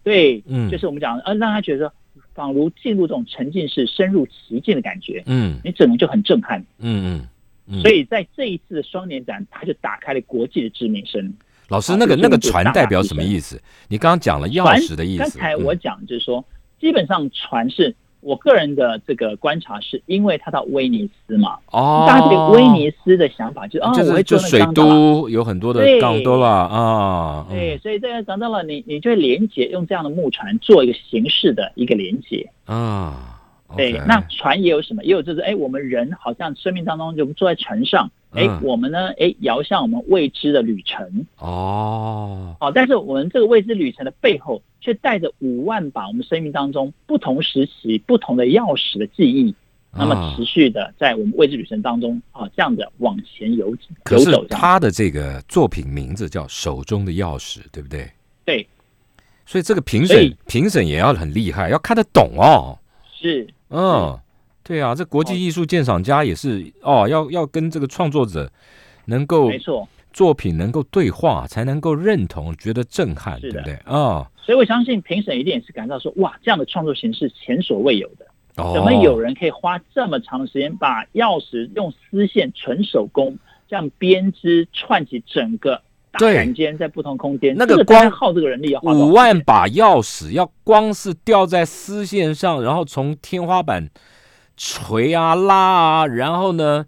C: 对，
B: 嗯
C: 就是我们讲的，呃，让他觉得仿如进入这种沉浸式、深入其境的感觉，
B: 嗯
C: 你整个就很震撼。
B: 嗯嗯嗯。
C: 所以在这一次的双年展，他就打开了国际的知名声。
B: 老师，
C: 啊
B: 那个
C: 这
B: 那个
C: 就是
B: 船
C: 大
B: 代
C: 大
B: 表
C: 提
B: 什么
C: 升
B: 意思？你刚刚讲了钥
C: 船
B: 匙的意
C: 刚
B: 思。
C: 才我
B: 嗯
C: 讲就是说，基本上船是我个人的这个观察，是因为他到威尼斯嘛，
B: 哦，
C: 大家对威尼斯的想法就是啊，
B: 就
C: 我
B: 是
C: 会
B: 就
C: 坐那
B: 水
C: 个钢达拉。
B: 都有嗯很多的
C: 对
B: 钢多啦啊，嗯
C: 对，所以这个讲到了你，你就会连接用这样的木船做一个形式的一个连接。
B: 啊，
C: 对
B: OK，
C: 那船也有什么？也有就是，哎，我们人好像生命当中，就坐在船上，哎，
B: 嗯
C: 我们呢，哎，遥向我们未知的旅程。
B: 哦，
C: 哦，但是我们这个未知旅程的背后，却带着五万把我们生命当中不同时期、不同的钥匙的记忆，那么
B: 啊
C: 持续的在我们未知旅程当中，啊，这样的往前游
B: 可
C: 游
B: 是
C: 走这样。
B: 他的这个作品名字叫《手中的钥匙》，对不对？
C: 对，
B: 所以这个评
C: 所
B: 审
C: 以
B: 评审也要很厉害，要看得懂哦。
C: 是，
B: 嗯，对啊，这国际
C: 哦
B: 艺术鉴赏家也是哦，要要跟这个创作者能够
C: 没错。
B: 作品能够对话，才能够认同，觉得震撼，对
C: 是
B: 不
C: 的
B: 对？啊、
C: 所以我相信评审一定也是感到说，哇，这样的创作形式前所未有的。
B: 哦，
C: 怎么有人可以花这么长的时间把钥匙用丝线纯手工这样编织串起整个大
B: 对
C: 房间，在不同空间？
B: 那个
C: 这个
B: 光
C: 单耗这个人力要花多少
B: 五万把钥匙要光是吊在丝线上，然后从天花板垂啊拉啊，然后呢，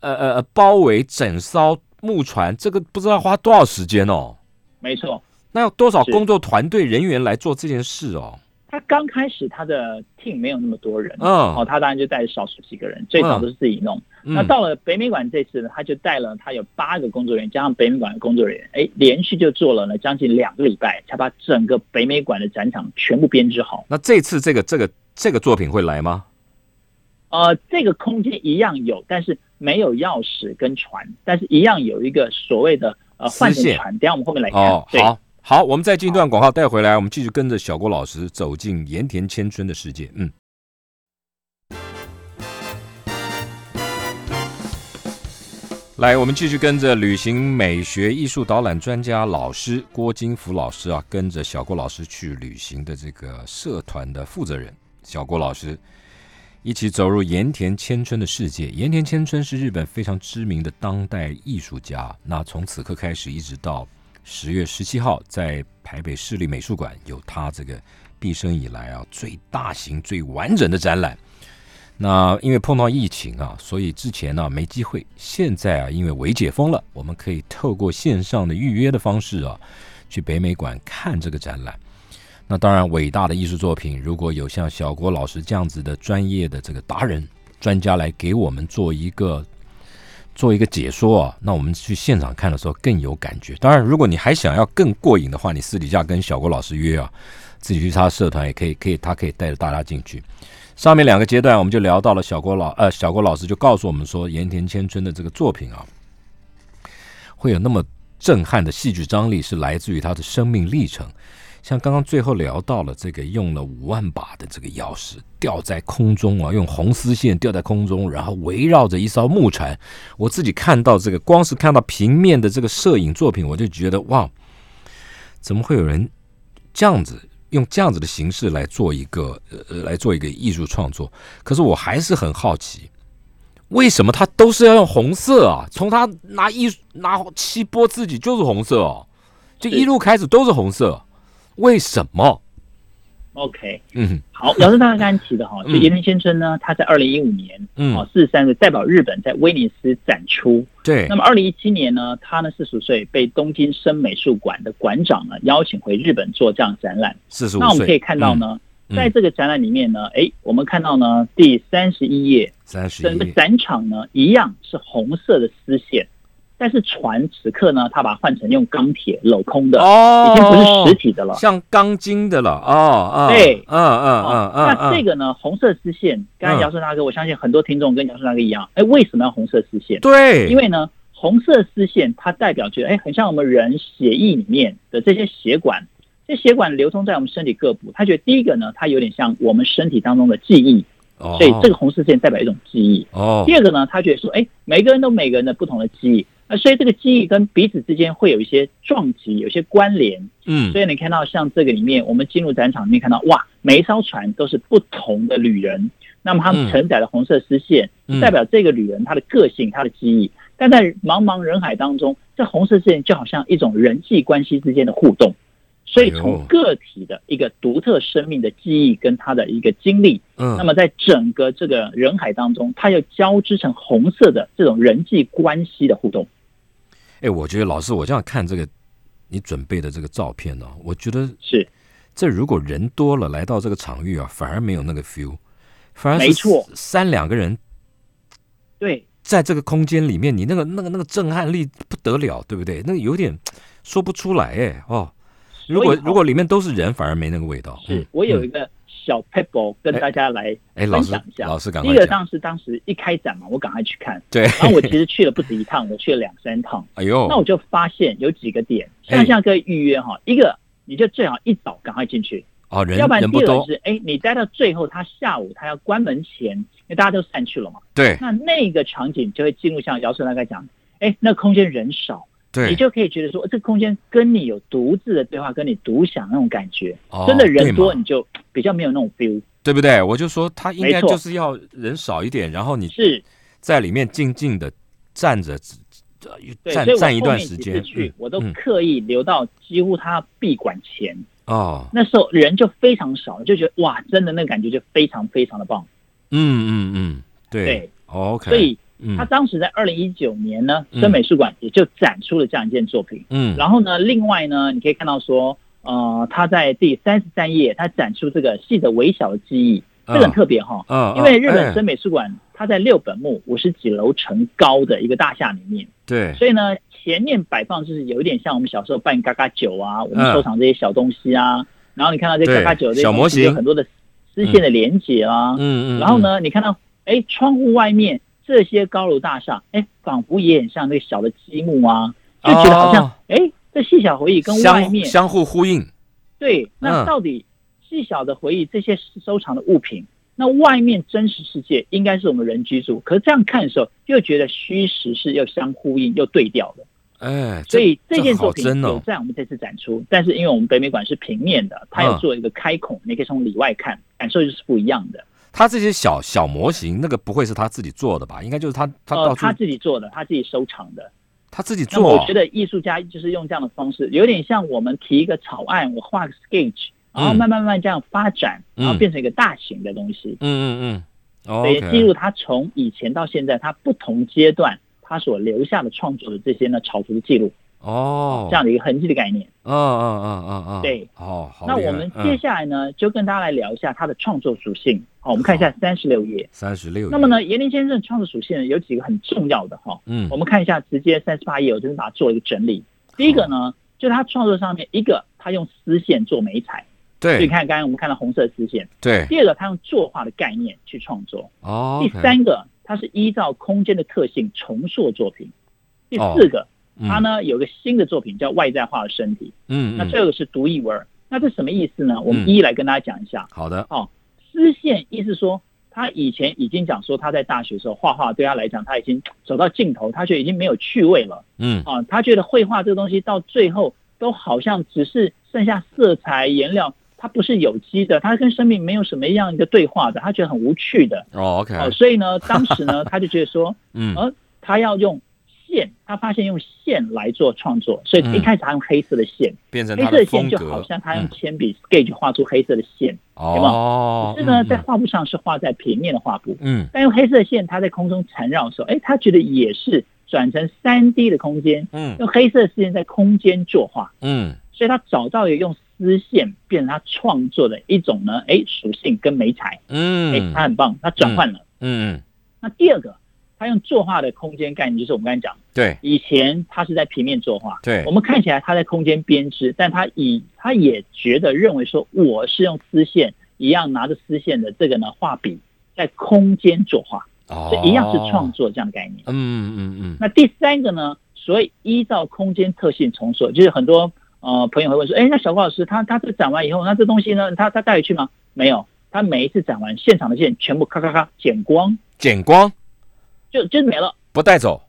B: 呃呃呃包围整艘木船，这个不知道花多少时间哦。
C: 没错，
B: 那要多少
C: 是
B: 工作团队人员来做这件事哦？
C: 他刚开始他的 team 没有那么多人，哦，
B: 嗯，
C: 他当然就带着少数几个人，最早都是自己弄。那
B: 嗯
C: 到了北美馆这次呢，他就带了他有八个工作人员，加上北美馆的工作人员，哎，连续就做了呢将近两个礼拜，才把整个北美馆的展场全部编织好。
B: 那这次这个这个这个作品会来吗？
C: 呃，这个空间一样有，但是没有钥匙跟船，但是一样有一个所谓的呃
B: 丝
C: 换成
B: 线
C: 船。等一下我们后面来看。
B: 哦，
C: 哎对，
B: 好好，我们再进一段广告，带回来，我们继续跟着小郭老师走进盐田千春的世界。嗯。来，我们继续跟着旅行美学艺术导览专家老师郭金福老师啊，跟着小郭老师去旅行的这个社团的负责人小郭老师，一起走入盐田千春的世界。盐田千春是日本非常知名的当代艺术家。那从此刻开始，一直到十月十七号，在台北市立美术馆有他这个毕生以来啊最大型、最完整的展览。那因为碰到疫情啊，所以之前呢、没机会。现在啊，因为微解封了，我们可以透过线上的预约的方式啊，去北美馆看这个展览。那当然，伟大的艺术作品，如果有像小郭老师这样子的专业的这个达人专家来给我们做一个做一个解说啊，那我们去现场看的时候更有感觉。当然，如果你还想要更过瘾的话，你私底下跟小郭老师约啊，自己去他社团也可以，可以他可以带着大家进去。上面两个阶段，我们就聊到了小郭老呃，小郭老师就告诉我们说，盐田千春的这个作品啊，会有那么震撼的戏剧张力，是来自于他的生命历程。像刚刚最后聊到了这个用了五万把的这个钥匙吊在空中啊，用红丝线吊在空中，然后围绕着一艘木船。我自己看到这个，光是看到平面的这个摄影作品，我就觉得哇，怎么会有人这样子用这样子的形式来做一个呃呃来做一个艺术创作？可是我还是很好奇，为什么他都是要用红色啊？从他拿艺术拿七波自己就是红色哦，就一路开始都是红色，啊为什么？
C: OK，
B: 嗯
C: 好，姚正大刚提的哈，就
B: 嗯
C: 岩田先生呢，他在二零一五年
B: 嗯
C: 啊，四十三岁代表日本在威尼斯展出。
B: 对
C: 那，么二零一七年呢，他呢四十岁被东京深美术馆的馆长呢邀请回日本做这样展览。
B: 四十五岁，嗯
C: 那我们可以看到呢，在这个展览里面呢，哎，我们看到呢第三十一页，
B: 三十
C: 整个
B: 一，
C: 展场呢一样是红色的丝线，但是船此刻呢，它把它换成用钢铁镂空的，
B: 哦，
C: 已经不是实体的了。
B: 像钢筋的了，哦，啊，
C: 对
B: 嗯嗯嗯
C: 哦
B: 嗯，
C: 那这
B: 个
C: 个呢？红色丝线，刚才
B: 嗯
C: 姚顺大哥，我相信很多听众跟姚顺大哥一样，哎，为什么要红色丝线？
B: 对，
C: 因为呢，红色丝线它代表着，哎，很像我们人血液里面的这些血管，这血管流通在我们身体各部。他觉得第一个呢，它有点像我们身体当中的记忆，
B: 哦
C: 所以这个红色线代表一种记忆。
B: 哦
C: 第二个呢，他觉得说，哎，每个人都每个人的不同的记忆，那所以这个记忆跟彼此之间会有一些撞击，有一些关联。
B: 嗯
C: 所以你看到像这个里面，我们进入展场里面看到，哇，每一艘船都是不同的旅人，那么他们
B: 嗯
C: 承载了红色丝线，
B: 嗯
C: 代表这个旅人他的个性、他的记忆。但在茫茫人海当中，这红色丝线就好像一种人际关系之间的互动。所以
B: 哎呦
C: 从个体的一个独特生命的记忆跟他的一个经历，
B: 嗯
C: 那么在整个这个人海当中，它又交织成红色的这种人际关系的互动。
B: 哎，我觉得老师，我这样看这个你准备的这个照片呢、我觉得
C: 是
B: 这如果人多了来到这个场域啊，反而没有那个 feel，反而是
C: 没错
B: 三两个人
C: 对，
B: 在这个空间里面，你那个那个那个震撼力不得了，对不对？那个有点说不出来哎哦。如果
C: 所以
B: 如果里面都是人，反而没那个味道。
C: 是
B: 嗯
C: 我有一
B: 嗯
C: 个小 pebble 跟大家来
B: 哎，老
C: 分
B: 师
C: 享一下。
B: 老师赶
C: 第
B: 快
C: 一个
B: 讲，
C: 当时当时一开展嘛，我赶快去看，
B: 对，
C: 然后我其实去了不止一趟，我去了两三趟。
B: 哎呦，
C: 那我就发现有几个点，
B: 哎
C: 像像各位预约哈，一个你就最好一早赶快进去，
B: 哦人
C: 要不然
B: 人
C: 第
B: 不
C: 二个
B: 多
C: 是，哎，你待到最后，他下午他要关门前，因为大家都散去了嘛，
B: 对
C: 那那个场景就会进入像姚顺大概讲，哎，那空间人少，
B: 对，
C: 你就可以觉得说，这个空间跟你有独自的对话，跟你独享那种感觉，
B: 哦
C: 真的人
B: 对
C: 多
B: 嘛
C: 你就比较没有那种 feel，
B: 对不对？我就说他应该
C: 没错
B: 就是要人少一点，然后你
C: 是。
B: 在里面静静的站着，只
C: 对，
B: 站
C: 所以我
B: 站一
C: 后
B: 段
C: 面
B: 时
C: 几
B: 间
C: 次，去
B: 嗯，
C: 我都
B: 嗯
C: 刻意留到几乎他闭馆前，
B: 哦，
C: 那时候人就非常少，就觉得哇，真的那感觉就非常非常的棒。
B: 嗯嗯嗯，对
C: 对
B: ，OK，
C: 所以
B: 嗯
C: 他当时在二零一九年呢，
B: 嗯
C: 深美术馆也就展出了这样一件作品。
B: 嗯，
C: 然后呢，另外呢，你可以看到说，呃，他在第三十三页，他展出这个细的微小的记忆，
B: 啊
C: 这个很特别哈，
B: 嗯，嗯
C: 因为日本
B: 哎
C: 深美术馆它在六本木五十几楼层高的一个大厦里面。
B: 对
C: 所以呢，前面摆放就是有一点像我们小时候办嘎嘎酒啊，我
B: 嗯
C: 们收藏这些小东西啊，然后你看到这
B: 对
C: 嘎嘎酒这些
B: 小模
C: 东西
B: 型
C: 有很多的丝线的连接啊，
B: 嗯嗯，
C: 然后呢，你看到哎窗户外面这些高楼大厦，哎仿佛也很像那个小的积木啊，就觉得好像
B: 哦
C: 哎、这细小回忆跟外
B: 相
C: 面
B: 相互呼应。
C: 对，那
B: 嗯
C: 到底细小的回忆这些收藏的物品，那外面真实世界应该是我们人居住，可是这样看的时候，又觉得虚实是又相呼应又对调的。
B: 哎，
C: 所以
B: 这
C: 这件
B: 好
C: 作品
B: 真
C: 有
B: 哦，
C: 在我们这次展出，但是因为我们北美馆是平面的，它
B: 嗯
C: 有做一个开孔，你可以从里外看，感受就是不一样的。
B: 他这些小小模型，那个不会是他自己做的吧？应该就是他他到
C: 呃，
B: 处
C: 他自己做的，他自己收藏的。
B: 他自己
C: 那么
B: 做
C: 我觉，得艺术家就是用这样的方式，有点像我们提一个草案，我画个 sketch，然后
B: 嗯
C: 慢慢慢这样发展，然后
B: 嗯
C: 变成一个大型的东西。
B: 嗯嗯嗯哦
C: 所以记
B: ，OK，
C: 录他从以前到现在，他不同阶段他所留下的创作的这些呢潮幅的记录，
B: 哦
C: 这，样的一个痕迹的概念。
B: 嗯嗯嗯嗯嗯，
C: 对，
B: 哦，好厉
C: 那
B: 害，
C: 我们接下来呢，就跟大家来聊一下他的创作属性。好，我们看一下三十六页。
B: 三十六，36
C: 那么，呢，严林先生的创作属性呢有几个很重要的哈，
B: 嗯
C: 我们看一下，直接三十八页，我这边把它做了一个整理。第一个呢，就是他创作上面，一个他用丝线做美彩，所以你
B: 对
C: 看刚才我们看到红色丝线；
B: 对，
C: 第二个，他用作画的概念去创作；
B: 哦，
C: 第
B: OK，
C: 三个，它是依照空间的特性重塑作品；第四个，
B: 嗯
C: 它呢有个新的作品叫外在化的身体，
B: 嗯
C: 那
B: 嗯，
C: 这个是独一无二。那这什么意思呢？我
B: 嗯
C: 们一一来跟大家讲一下。
B: 好的，
C: 丝线意思说，他以前已经讲说他在大学的时候画画对他来讲，他已经走到尽头，他觉得已经没有趣味了
B: 嗯
C: 啊，他觉得绘画这个东西到最后都好像只是剩下色彩颜料。它不是有机的，它跟生命没有什么样一个对话的，他觉得很无趣的。
B: 哦，OK，
C: 哦，所以呢，当时呢，他就觉得说，
B: 嗯
C: 呃，他要用线，他发现用线来做创作，所以一开始他用黑色的线，
B: 变成
C: 黑
B: 嗯他
C: 色的
B: 风
C: 线就好
B: 格，
C: 像他
B: 嗯
C: 用铅笔 sketch 画出黑色的线，有没有
B: 哦，
C: 可是呢，
B: 嗯
C: 在画布上是画在平面的画布，
B: 嗯
C: 但用黑色的线，他在空中缠绕的时候，哎，他觉得也是转成三 D 的空间，
B: 嗯
C: 用黑色的线在空间作画，
B: 嗯
C: 所以他找到了用丝线变成他创作的一种呢，哎，属性跟美彩，哎
B: 嗯，
C: 他很棒，他转换了。
B: 嗯嗯，
C: 那第二个，他用作画的空间概念，就是我们刚才讲，
B: 对
C: 以前他是在平面作画，
B: 对
C: 我，们看起来他在空间编织，但他以他也觉得认为说，我是用丝线一样拿着丝线的这个呢画笔在空间作画，
B: 哦
C: 这一样是创，作这样的概念。
B: 嗯嗯嗯
C: 那第三个呢，所以依照空间特性重塑，就是很多呃朋友会问说，哎，那小郭老师他他这展完以后，那这东西呢，他他带回去吗？没有，他每一次展完现场的线全部咔咔咔剪光，
B: 减光
C: 就就没了。
B: 不带走，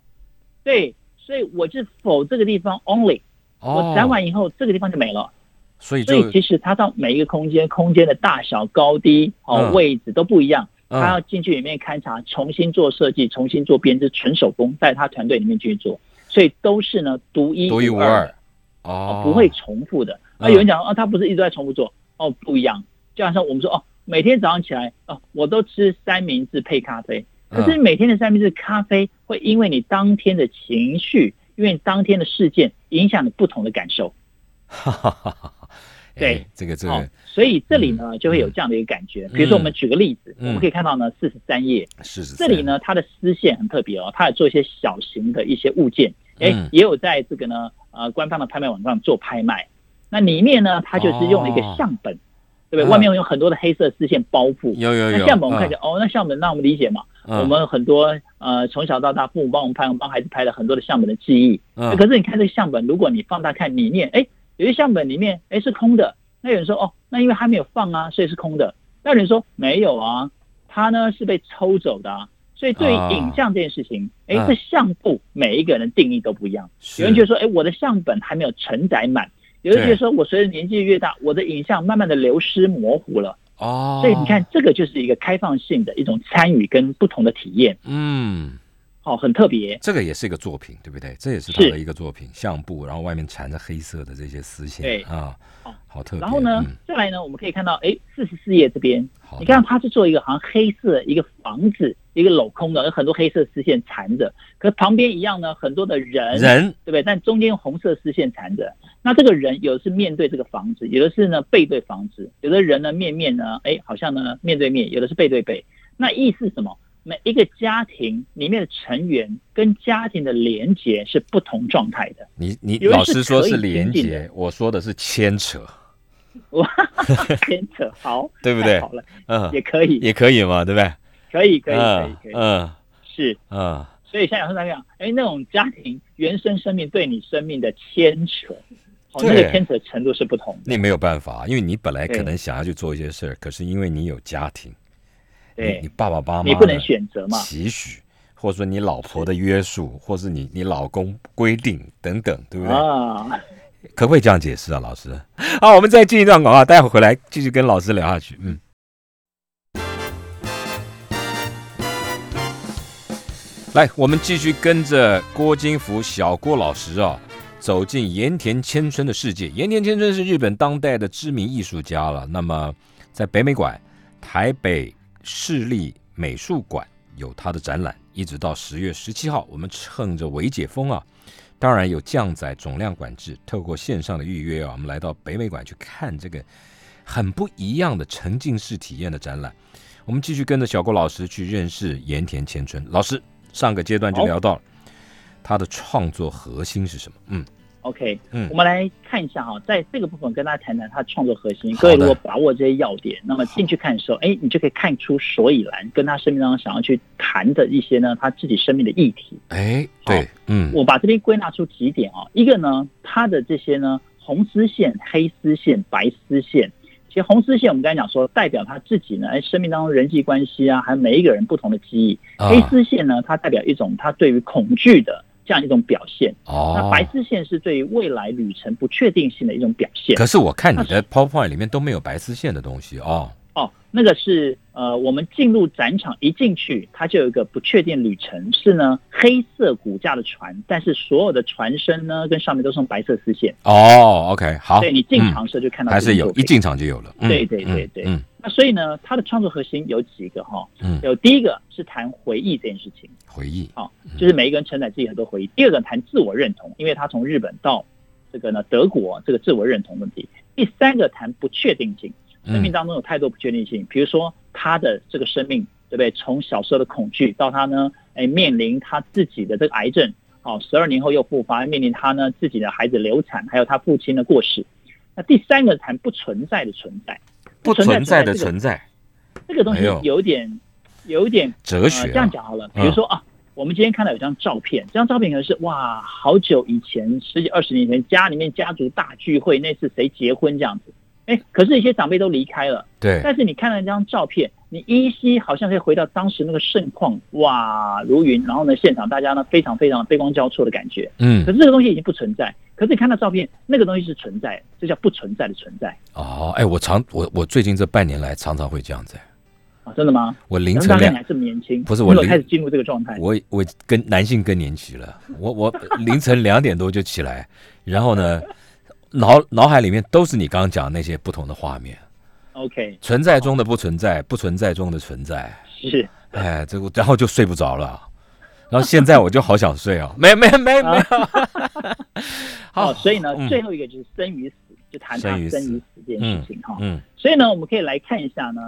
C: 对，所以我是否这个地方 only，、
B: 哦，
C: 我展完以后这个地方就没了。
B: 所以
C: 所
B: 就
C: 以其实它到每一个空间，空间的大小、高低、哦、
B: 嗯
C: 位置都不一样，
B: 嗯
C: 他要进去里面勘察，重新做设计，重新做编织，纯手工，在他团队里面去做，所以都是呢独一
B: 独一无
C: 无二
B: 二
C: 的，，
B: 哦，
C: 不会重复的。那
B: 嗯
C: 有人讲啊，他不是一直在重复做，哦，不一样。就好像我们说哦，每天早上起来哦，我都吃三明治配咖啡，
B: 嗯，
C: 可是每天的三明治咖啡会因为你当天的情绪，因为你当天的事件，影响你不同的感受。
B: 哈哦哈哈哈哈，
C: 对
B: 哎，这个这
C: 好，
B: 个
C: 所以这里呢就会有这样的一个感觉。比如说，我们举个例子，
B: 嗯
C: 我们可以看到呢，四十三页
B: 是是，
C: 这里呢，它的丝线很特别哦，它有做一些小型的一些物件，哎、
B: 嗯
C: 也有在这个呢呃官方的拍卖网站做拍卖。那里面呢，它就是用了一个
B: 哦
C: 相本，对不对？
B: 嗯
C: 外面有很多的黑色丝线包覆。
B: 有有
C: 那
B: 有，
C: 相本我们看一下，哦，那相本让我们理解嘛，
B: 嗯
C: 我们很多呃从小到大，父母帮我们拍，我们帮孩子拍了很多的相本的记忆。
B: 嗯
C: 可是你看这个相本，如果你放大看里面，哎，有些相本里面哎是空的，那有人说哦，那因为还没有放啊，所以是空的。那有人说没有啊，它呢是被抽走的、啊。所以对
B: 啊
C: 于影像这件事情，哎、
B: 嗯
C: 这相簿每一个人的定义都不一样。
B: 是
C: 有人觉得说，哎，我的相本还没有承载满；有人觉得说我随着年纪越大，我的影像慢慢的流失模糊了。
B: 哦，
C: 所以你看，，这个就是一个开放性的一种参与跟不同的体验，
B: 嗯，
C: 哦，很特别。
B: 这个也是一个作品，对不对？这也是他的一个作品，相布，然后外面缠着黑色的这些丝线，
C: 对
B: 啊
C: 好，
B: 好特别。
C: 然后呢
B: 嗯，
C: 再来呢，我们可以看到，哎，四十四页这边，
B: 好的
C: 你看它是做一个好像黑色一个房子，一个镂空的，有很多黑色丝线缠着，可旁边一样呢，很多的人，
B: 人
C: 对不对？但中间用红色丝线缠着。那这个人有的是面对这个房子，有的是呢背对房子，有的人呢面面呢，哎，好像呢面对面，有的是背对背。那意思是什么？每一个家庭里面的成员跟家庭的连结是不同状态 的。
B: 你你
C: 有人
B: 老
C: 是
B: 师说
C: 可以
B: 是
C: 亲
B: 连
C: 近
B: 接，我说的是牵扯，
C: 哇，牵扯好，
B: 对不对
C: 太好了，
B: 嗯，
C: 也可以，
B: 也可以嘛，对不对？
C: 可以，可以，可以
B: 嗯，
C: 可以，
B: 嗯
C: 是。
B: 嗯，
C: 所以现在有时候大家讲，哎，那种家庭原生生命对你生命的牵扯，哦，
B: 对
C: 那个牵扯程度是不同的。
B: 那没有办法，因为你本来可
C: 对
B: 能想要去做一些事儿，可是因为你有家庭，你
C: 对
B: 你，爸爸妈妈
C: 你不能
B: 的
C: 选择嘛。
B: 期许，或者说你老婆的约束，或是你你老公规定等等，对不对？
C: 啊，
B: 可不可以这样解释啊，老师？ 好，我们再进一段广告，待会儿回来继续跟老师聊下去。嗯。来，我们继续跟着郭金福小郭老师啊、走进盐田千春的世界。盐田千春是日本当代的知名艺术家了。那么，在北美馆、台北市立美术馆有他的展览，一直到十月十七号。我们趁着微解封啊，当然有降载总量管制，透过线上的预约啊，我们来到北美馆去看这个很不一样的沉浸式体验的展览。我们继续跟着小郭老师去认识盐田千春老师。上个阶段就
C: 好
B: 聊到了他的创作核心是什么？嗯
C: OK，
B: 嗯
C: 我，们来看一下哈、在这个部分跟大家谈谈他创作核心。
B: 好
C: 各位如
B: 的
C: 果把握这些要点，那么进去看的时候，哎，你就可以看出所以然，跟他生命当中想要去谈的一些呢，他自己生命的议题。
B: 哎，对，嗯，
C: 我把这边归纳出几点哦，一个呢，它的这些呢，红丝线、黑丝线、白丝线。其实红丝线，我们刚才讲说，代表他自己呢，哎，生命当中人际关系啊，还有每一个人不同的记忆。
B: 啊
C: 黑丝线呢，它代表一种他对于恐惧的这样一种表现。那
B: 哦，
C: 白丝线是对于未来旅程不确定性的一种表现。
B: 可是我看你 的 PowerPoint 里面都没有白丝线的东西哦。
C: 哦，那个是呃，我们进入展场一进去，它就有一个不确定旅程，是呢黑色骨架的船，但是所有的船身呢跟上面都是用白色丝线，
B: 哦，OK，好，
C: 所以你进
B: 嗯
C: 场的时候就看到、
B: 还是有一。进场就有了。嗯
C: 对对对对
B: 嗯
C: 那所以呢，他的创作核心有几个哈、
B: 嗯嗯，
C: 有第一个是谈回忆这件事情，
B: 回忆
C: 就是每一个人承载自己很多回忆；第二个谈自我认同，因为他从日本到这个呢德国这个自我认同问题；第三个谈不确定性。生
B: 嗯
C: 命当中有太多不确定性，比如说他的这个生命，对不对？从小时候的恐惧到他呢，哎，面临他自己的这个癌症，哦，十二年后又复发，面临他呢自己的孩子流产，还有他父亲的过世。那第三个谈不存在的存在，
B: 不存在的
C: 这个
B: 存在，
C: 这个东
B: 哎呦
C: 西有点有点
B: 哲学啊嗯
C: 呃。这样讲好了，比如说啊，我们今天看到有张照片，这张照片可能是哇，好久以前，十几二十年前，家里面家族大聚会，那次谁结婚这样子。哎，可是，一些长辈都离开了。
B: 对，
C: 但是你看了那张照片，你依稀好像可以回到当时那个盛况，哇，如云。然后呢，现场大家呢非常非常悲光交错的感觉。
B: 嗯
C: 可，是这个东西已经不存在。可是你看到照片，那个东西是存在，这叫不存在的存在
B: 哦，哎，我常我我最近这半年来常常会这样子，哎
C: 啊！真的吗？
B: 我凌
C: 然后
B: 晨
C: 大概
B: 两
C: 你还这么年轻，
B: 不是
C: 你
B: 我
C: 有
B: 凌
C: 开始进入这个状态。
B: 我我跟男性更年期了，我我凌晨两点多就起来，然后呢，脑脑海里面都是你刚刚讲的那些不同的画面，
C: OK，
B: 存在中的不存在，不存在中的存在，
C: 是
B: 哎，这个然后就睡不着了，然后现在我就好想睡哦，没没没
C: 啊
B: 没有，好
C: 哦，，所以呢，
B: 嗯
C: 最后一个就是生与死，就谈他
B: 生与
C: 生
B: 死
C: 与死这件事情哈。
B: 嗯
C: 所以呢，我们可以来看一下呢，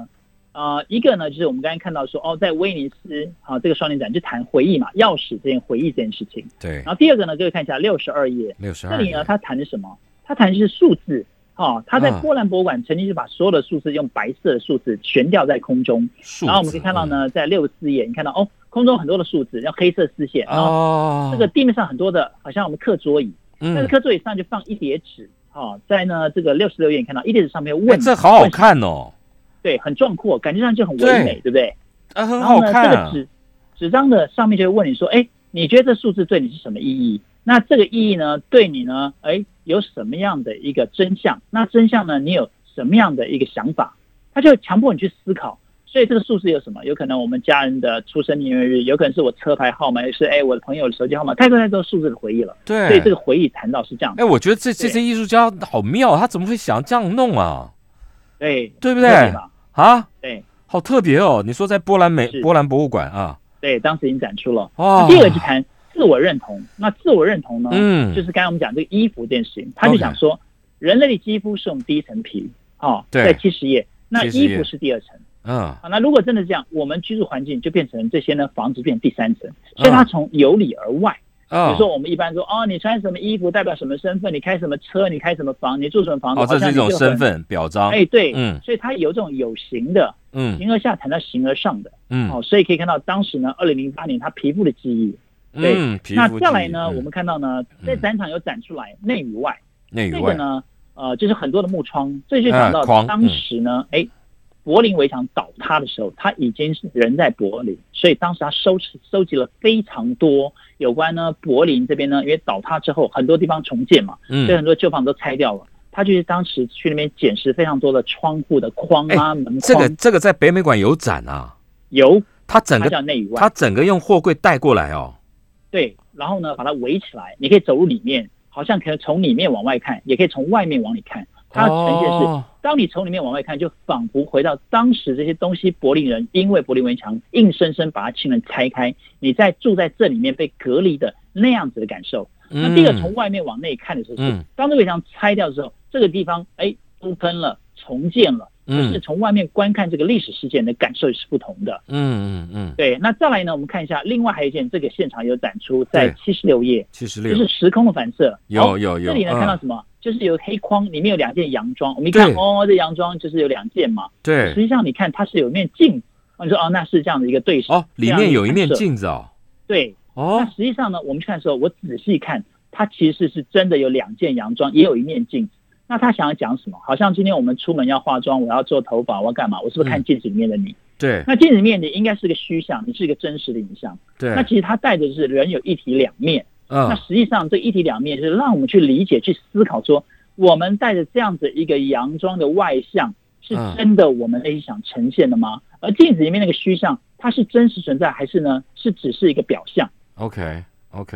C: 呃，一个呢就是我们刚才看到说，哦，在威尼斯啊、这个双年展就谈回忆嘛，钥匙这件回忆这件事情。
B: 对
C: 然，后第二个呢，各位看一下六十二页，
B: 六十
C: 这
B: 二
C: 里呢，它谈的什么？它谈的是数字。哦，他在
B: 啊
C: 波兰博物馆曾经就把所有的数字用白色的数字悬吊在空中，
B: 数字，嗯
C: 然后我们可以看到呢，在六十四页，你看到哦，空中很多的数字，然后黑色丝线，
B: 嗯，
C: 然后
B: 哦，
C: 这个地面上很多的，好像我们课桌椅，但是
B: 嗯，
C: 课桌椅上就放一叠纸，哦，在呢这个六十六页你看到一叠纸上面有
B: 哎，
C: 问，
B: 这好好看哦，
C: 对，很壮阔，感觉上就很唯美，
B: 对
C: 对不对？
B: 啊，很
C: 然
B: 好
C: 后呢，
B: 看
C: 这个
B: 啊，
C: 纸纸张的上面就会问你说，哎，你觉得这数字对你是什么意义？那这个意义呢，对你呢，哎，有什么样的一个真相？那真相呢，你有什么样的一个想法？他就强迫你去思考。所以这个数字有什么？有可能我们家人的出生年月日，有可能是我车牌号码，也是哎我的朋友的手机号码，太多太多数字的回忆了。
B: 对，
C: 所以这个回忆谈到是这样
B: 哎，，我觉得这这
C: 对
B: 些艺术家好妙，他怎么会想这样弄啊？
C: 对
B: 对不
C: 特别
B: 对？
C: 嘛
B: 啊，
C: 对
B: 好特别哦！你说在波兰美
C: 是
B: 波兰博物馆啊，
C: 对，当时已经展出了。
B: 哦
C: 那第二个就谈自我认同。那自我认同呢，
B: 嗯
C: 就是刚才我们讲这个衣服这件事情，他就想说人类的肌肤是我们第一层皮，哦，
B: 对
C: 在七十页，那
B: 70页
C: 衣服是第二层。
B: 嗯，
C: 啊，那如果真的是这样，我们居住环境就变成这些呢，房子变第三层，
B: 嗯
C: 所以它从由里而外。比
B: 啊
C: 如，说我们一般说，哦，你穿什么衣服代表什么身份，你开什么车，你开什么房，你住什么房子，
B: 哦，这
C: 好像
B: 是一种
C: 你就很
B: 身。份表彰，
C: 哎，对，
B: 嗯
C: 所以它有这种有形的，
B: 嗯
C: 形而下谈到形而上的。
B: 嗯，
C: 哦哦，所以可以看到当时呢，二零零八年他皮肤的记忆，对
B: 嗯，皮
C: 那
B: 肤
C: 接下
B: 记
C: 来
B: 忆
C: 呢，
B: 嗯
C: 我们看到呢，在
B: 嗯
C: 展场有展出来内与外，
B: 内与
C: 这
B: 外
C: 个呢，呃，就是很多的木窗，这就讲
B: 啊
C: 到
B: 框
C: 当时呢，哎、柏林围墙倒塌的时候，他已经是人在柏林，所以当时他收集收集了非常多有关呢柏林这边呢，因为倒塌之后很多地方重建嘛，所以
B: 嗯，
C: 很多旧房都拆掉了。他就是当时去那边捡拾非常多的窗户的框啊、门框，
B: 哎这个这个在北美馆有展啊，
C: 有
B: 它整
C: 它
B: 个
C: 叫内与外，
B: 它整个用货柜带过来哦，
C: 对，然后呢把它围起来，你可以走入里面，好像可以从里面往外看，也可以从外面往里看。它的呈现是
B: 哦
C: 当你从里面往外看，就仿佛回到当时这些东西，柏林人因为柏林围墙硬生生把它亲人拆开，你在住在这里面被隔离的那样子的感受。那第二个从外面往内看的时候，
B: 嗯
C: 是当这个围墙拆掉之后，这个地方哎都喷了，重建了，
B: 嗯
C: 是从外面观看这个历史事件的感受是不同的。
B: 嗯嗯嗯，
C: 对，那再来呢，我们看一下，另外还有一件，这个现场有展出在
B: 对
C: 七十六页，
B: 七十
C: 就
B: 六
C: 是时空的反射。好
B: 有有有，
C: 这里呢
B: 嗯
C: 看到什么？就是有黑框，里面有两件洋装。我们一看
B: 对，
C: 哦，这洋装就是有两件嘛。
B: 对
C: 实际上你看它是有一面镜子，哦你说哦，那是这样的一个对手。
B: 哦，里面有一面
C: 这样的反射。
B: 镜子哦，
C: 对，那
B: 哦
C: 实际上呢，我们去看的时候，我仔细看，它其实是真的有两件洋装，也有一面镜子。那他想要讲什么？好像今天我们出门要化妆，我要做头发，我要干嘛？我是不是看
B: 嗯
C: 镜子里面的你？
B: 对
C: 那镜子里面你应该是个虚像，你是一个真实的影像。
B: 对
C: 那，其实它带的是人有一体两面。那
B: 嗯
C: 实际上这一体两面是让我们去理解、去思考说，我们带着这样子一个佯装的外向，是
B: 嗯
C: 真的我们内心想呈现的吗？而镜子里面那个虚像，它是真实存在，还是呢是只是一个表象？
B: ，OK OK，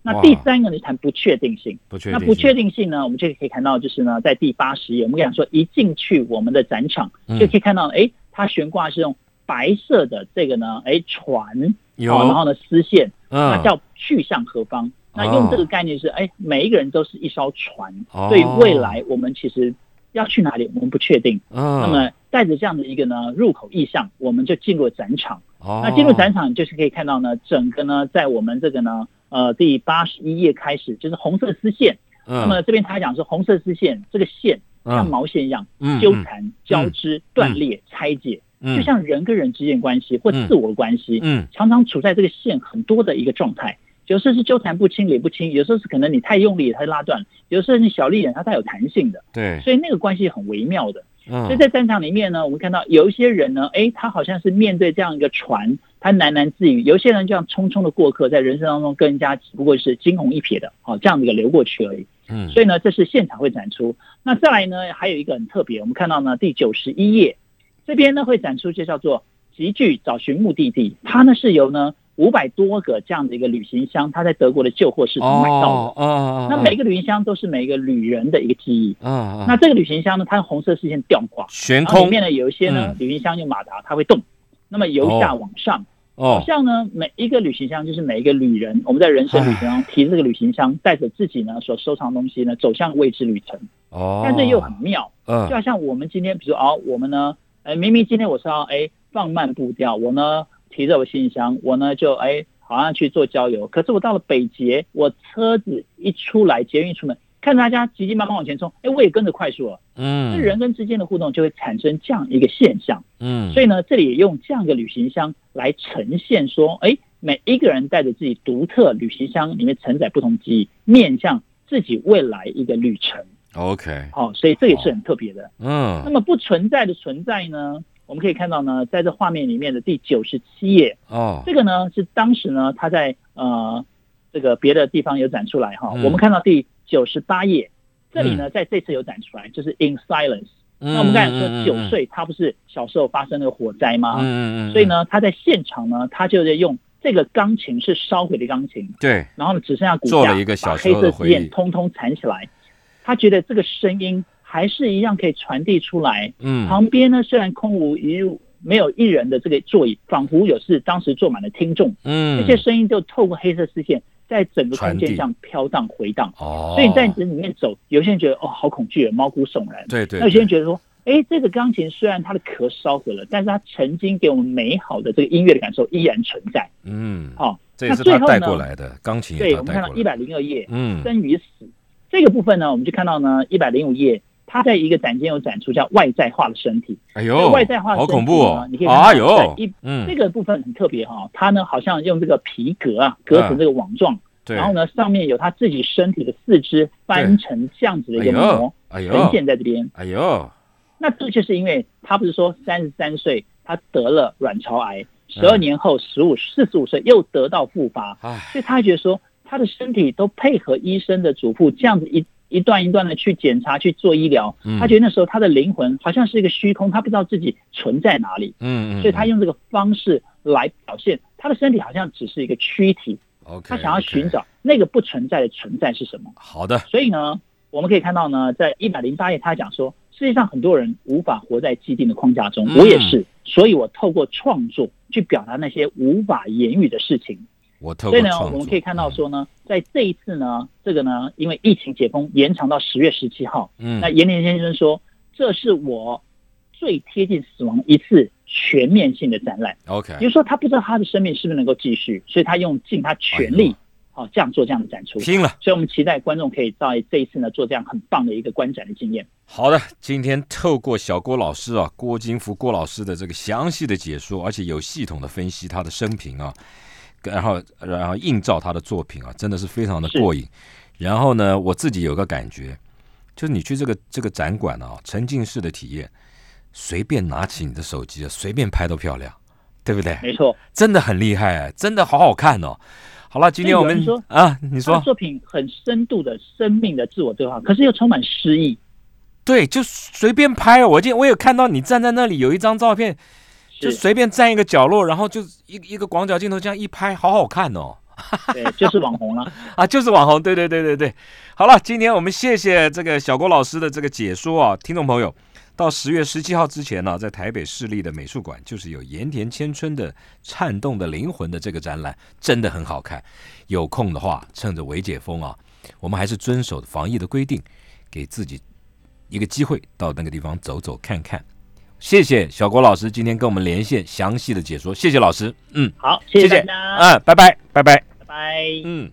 C: 那
B: 哇
C: 第三个呢，谈不确定性。
B: 不确
C: 那
B: 定，
C: 不确，定性呢，我们就可以看到，就是呢，在第八十页，我们讲说一进去我们的展场，
B: 嗯
C: 就可以看到，哎，它悬挂是用白色的这个呢，哎船，
B: 有
C: 哦然后呢丝线，那
B: 嗯哦
C: 叫去向何方？那用这个概念是，哎，每一个人都是一艘船，
B: 哦
C: 所以未来我们其实要去哪里，我们不确定。那
B: 嗯，
C: 么带着这样的一个呢入口意向，我们就进入展场。
B: 那
C: 那进入展场就是可以看到呢，整个呢在我们这个呢呃第八十一页开始就是红色丝线。那
B: 那
C: 么这边他讲是红色丝线，这个线
B: 嗯
C: 像毛线一样纠缠、交织、断裂、拆解，
B: 嗯，
C: 就像人跟人之间的关系或
B: 嗯
C: 自我关系。
B: 嗯
C: 常常处在这个线很多的一个状态，有时候是纠缠不清、理不清，有时候是可能你太用力它就拉断了，有时候你小力一点它带有弹性的，
B: 对，
C: 所以那个关系很微妙的。
B: 嗯
C: 所以在战场里面呢，我们看到有一些人呢，诶，他好像是面对这样一个船，他喃喃自语；有些人就像匆匆的过客，在人生当中跟人家只不过是惊鸿一瞥的，好、这样的一个流过去而已。
B: 嗯
C: 所以呢，这是现场会展出。那再来呢，还有一个很特别，我们看到呢第九十一页这边呢会展出就叫做“集聚找寻目的地”，它呢是由呢五百多个这样的一个旅行箱，它在德国的旧货市场买到的。
B: 哦哦，
C: 那每个旅行箱都是每一个旅人的一个记忆。
B: 嗯
C: 那这个旅行箱呢，它用红色视线吊挂，
B: 悬
C: 然后
B: 空
C: 里面呢有一些呢
B: 嗯
C: 旅行箱用马达，它会动。那么由下
B: 哦
C: 往上，
B: 哦
C: 好，像呢，每一个旅行箱就是每一个旅人，我们在人生旅程中提着这个旅行箱，带着自己呢所收藏的东西呢，走向未知旅程。
B: 哦，
C: 但这又很妙，
B: 嗯
C: 就好像我们今天，比如说哦，我们呢，哎，明明今天我是要哎放慢步调，我呢提着我行李箱，我呢就哎好像去做郊游，可是我到了北捷，我车子一出来，捷运一出门，看大家急急忙忙往前冲，哎，我也跟着快速了，
B: 嗯
C: 那人跟之间的互动就会产生这样一个现象。
B: 嗯，
C: 所以呢，这里也用这样一个旅行箱来呈现说，哎，每一个人带着自己独特旅行箱里面承载不同记忆，面向自己未来一个旅程。
B: OK，
C: 哦，所以这也是很特别的。那
B: 嗯
C: 么不存在的存在呢？我们可以看到呢，在这画面里面的第九十七页，
B: 哦
C: 这个呢是当时呢他在呃这个别的地方有展出来哈。
B: 嗯
C: 我们看到第九十八页，这里呢在这次有展出来，就是 In Silence。那
B: 嗯
C: 我们刚才说九岁，他不是小时候发生那个火灾吗？
B: 嗯嗯嗯，
C: 所以呢，他在现场呢，他就在用这个钢琴是烧毁的钢琴，
B: 对
C: 然后呢只剩下骨架，
B: 做了一个小
C: 把
B: 时候
C: 黑
B: 的
C: 色
B: 回
C: 丝
B: 忆
C: 线通通缠起来。他觉得这个声音还是一样可以传递出来。
B: 嗯
C: 旁边呢虽然空无一物，没有一人的这个座椅，仿佛有是当时坐满了听众，
B: 嗯
C: 这些声音就透过黑色丝线在整个空
B: 传递
C: 间上飘荡回荡。
B: 哦，
C: 所以你在这里面走，有些人觉得哦好恐惧，毛骨悚然。
B: 对对，
C: 那有些人觉得说，哎，这个钢琴虽然它的壳烧毁了，但是它曾经给我们美好的这个音乐的感受依然存在。
B: 嗯，
C: 哦，
B: 这也是他带过来的，钢嗯琴也
C: 对，
B: 他
C: 我们
B: 带
C: 看到
B: 过
C: 一
B: 来，
C: 百零二页
B: 嗯
C: 生与死这个部分呢，我们就看到呢一百零五页，它在一个展间有展出叫外在化的身体，
B: 哎呦，
C: 外在化的
B: 好
C: 身体
B: 恐怖
C: 呢
B: 哦
C: 你可！以看到
B: 哎呦
C: 对一，这
B: 嗯，
C: 个部分很特别哈、它呢好像用这个皮革啊隔成这个网状，
B: 嗯对，
C: 然后呢上面有它自己身体的四肢翻成这样子的一
B: 哎
C: 个
B: 呦
C: 膜，，
B: 哎
C: 呈
B: 呦，
C: 现在这边。
B: 哎呦，
C: 那这就是因为他不是说三十三岁他得了卵巢癌，十二
B: 嗯
C: 年后十五四十五岁又得到复发，
B: 哎，
C: 所以他觉得说他的身体都配合医生的嘱咐，这样子一一段一段的去检查去做医疗
B: 嗯，
C: 他觉得那时候他的灵魂好像是一个虚空，他不知道自己存在哪里，
B: 嗯嗯，
C: 所以他用这个方式来表现他的身体好像只是一个躯体，
B: OK，
C: 他想要寻找那个不存在的存在是什么。
B: 好的，
C: 所以呢，我们可以看到呢，在一百零八页，他讲说，世界上很多人无法活在既定的框架中，
B: 嗯
C: 我也是，所以我透过创作去表达那些无法言语的事情。
B: 我透
C: 所
B: 过
C: 以呢，
B: 创
C: 我们
B: 作嗯
C: 可以看到，说呢，在这一次呢，这个呢，因为疫情解封延长到十月十七号，
B: 嗯
C: 那严连先生说，这是我最贴近死亡一次全面性的展览。
B: ，OK，
C: 也就是说，他不知道他的生命是不是能够继续，所以他用尽他全
B: 哎
C: 力，好、这样做这样的展出。
B: 拼了！
C: 所以我们期待观众可以在这一次呢做这样很棒的一个观展的经验。
B: 好的，今天透过小郭老师啊，郭金福郭老师的这个详细的解说，而且有系统的分析他的生平啊，然后然后映照他的作品啊，真的是非常的
C: 是
B: 过瘾。然后呢，我自己有个感觉，就是你去这个这个展馆啊，沉浸式的体验，随便拿起你的手机啊，随便拍都漂亮，对不对？
C: 没错，
B: 真的很厉害、哎，真的好好看哦。好了，今天我
C: 有
B: 们
C: 人说
B: 啊，你
C: 他的
B: 说
C: 作品很深度的生命的自我对话，可是又充满诗意。，
B: 对，就随便拍。我今我有看到你站在那里有一张照片，就是随便站一个角落，然后就一一个广角镜头这样一拍，好好看哦！
C: 对，就是网红了。
B: 啊，就是网红，对对对对对。好了，今天我们谢谢这个小郭老师的这个解说啊，听众朋友，到十月十七号之前呢、在台北市立的美术馆就是有盐田千春的《颤动的灵魂》的这个展览，真的很好看。有空的话，趁着微解封啊，我们还是遵守防疫的规定，给自己一个机会到那个地方走走看看。谢谢小郭老师今天跟我们连线详细的解说，谢谢老师，嗯。
C: 好，
B: 谢
C: 谢大家，
B: 嗯，拜拜，拜拜，
C: 拜拜。
B: 嗯。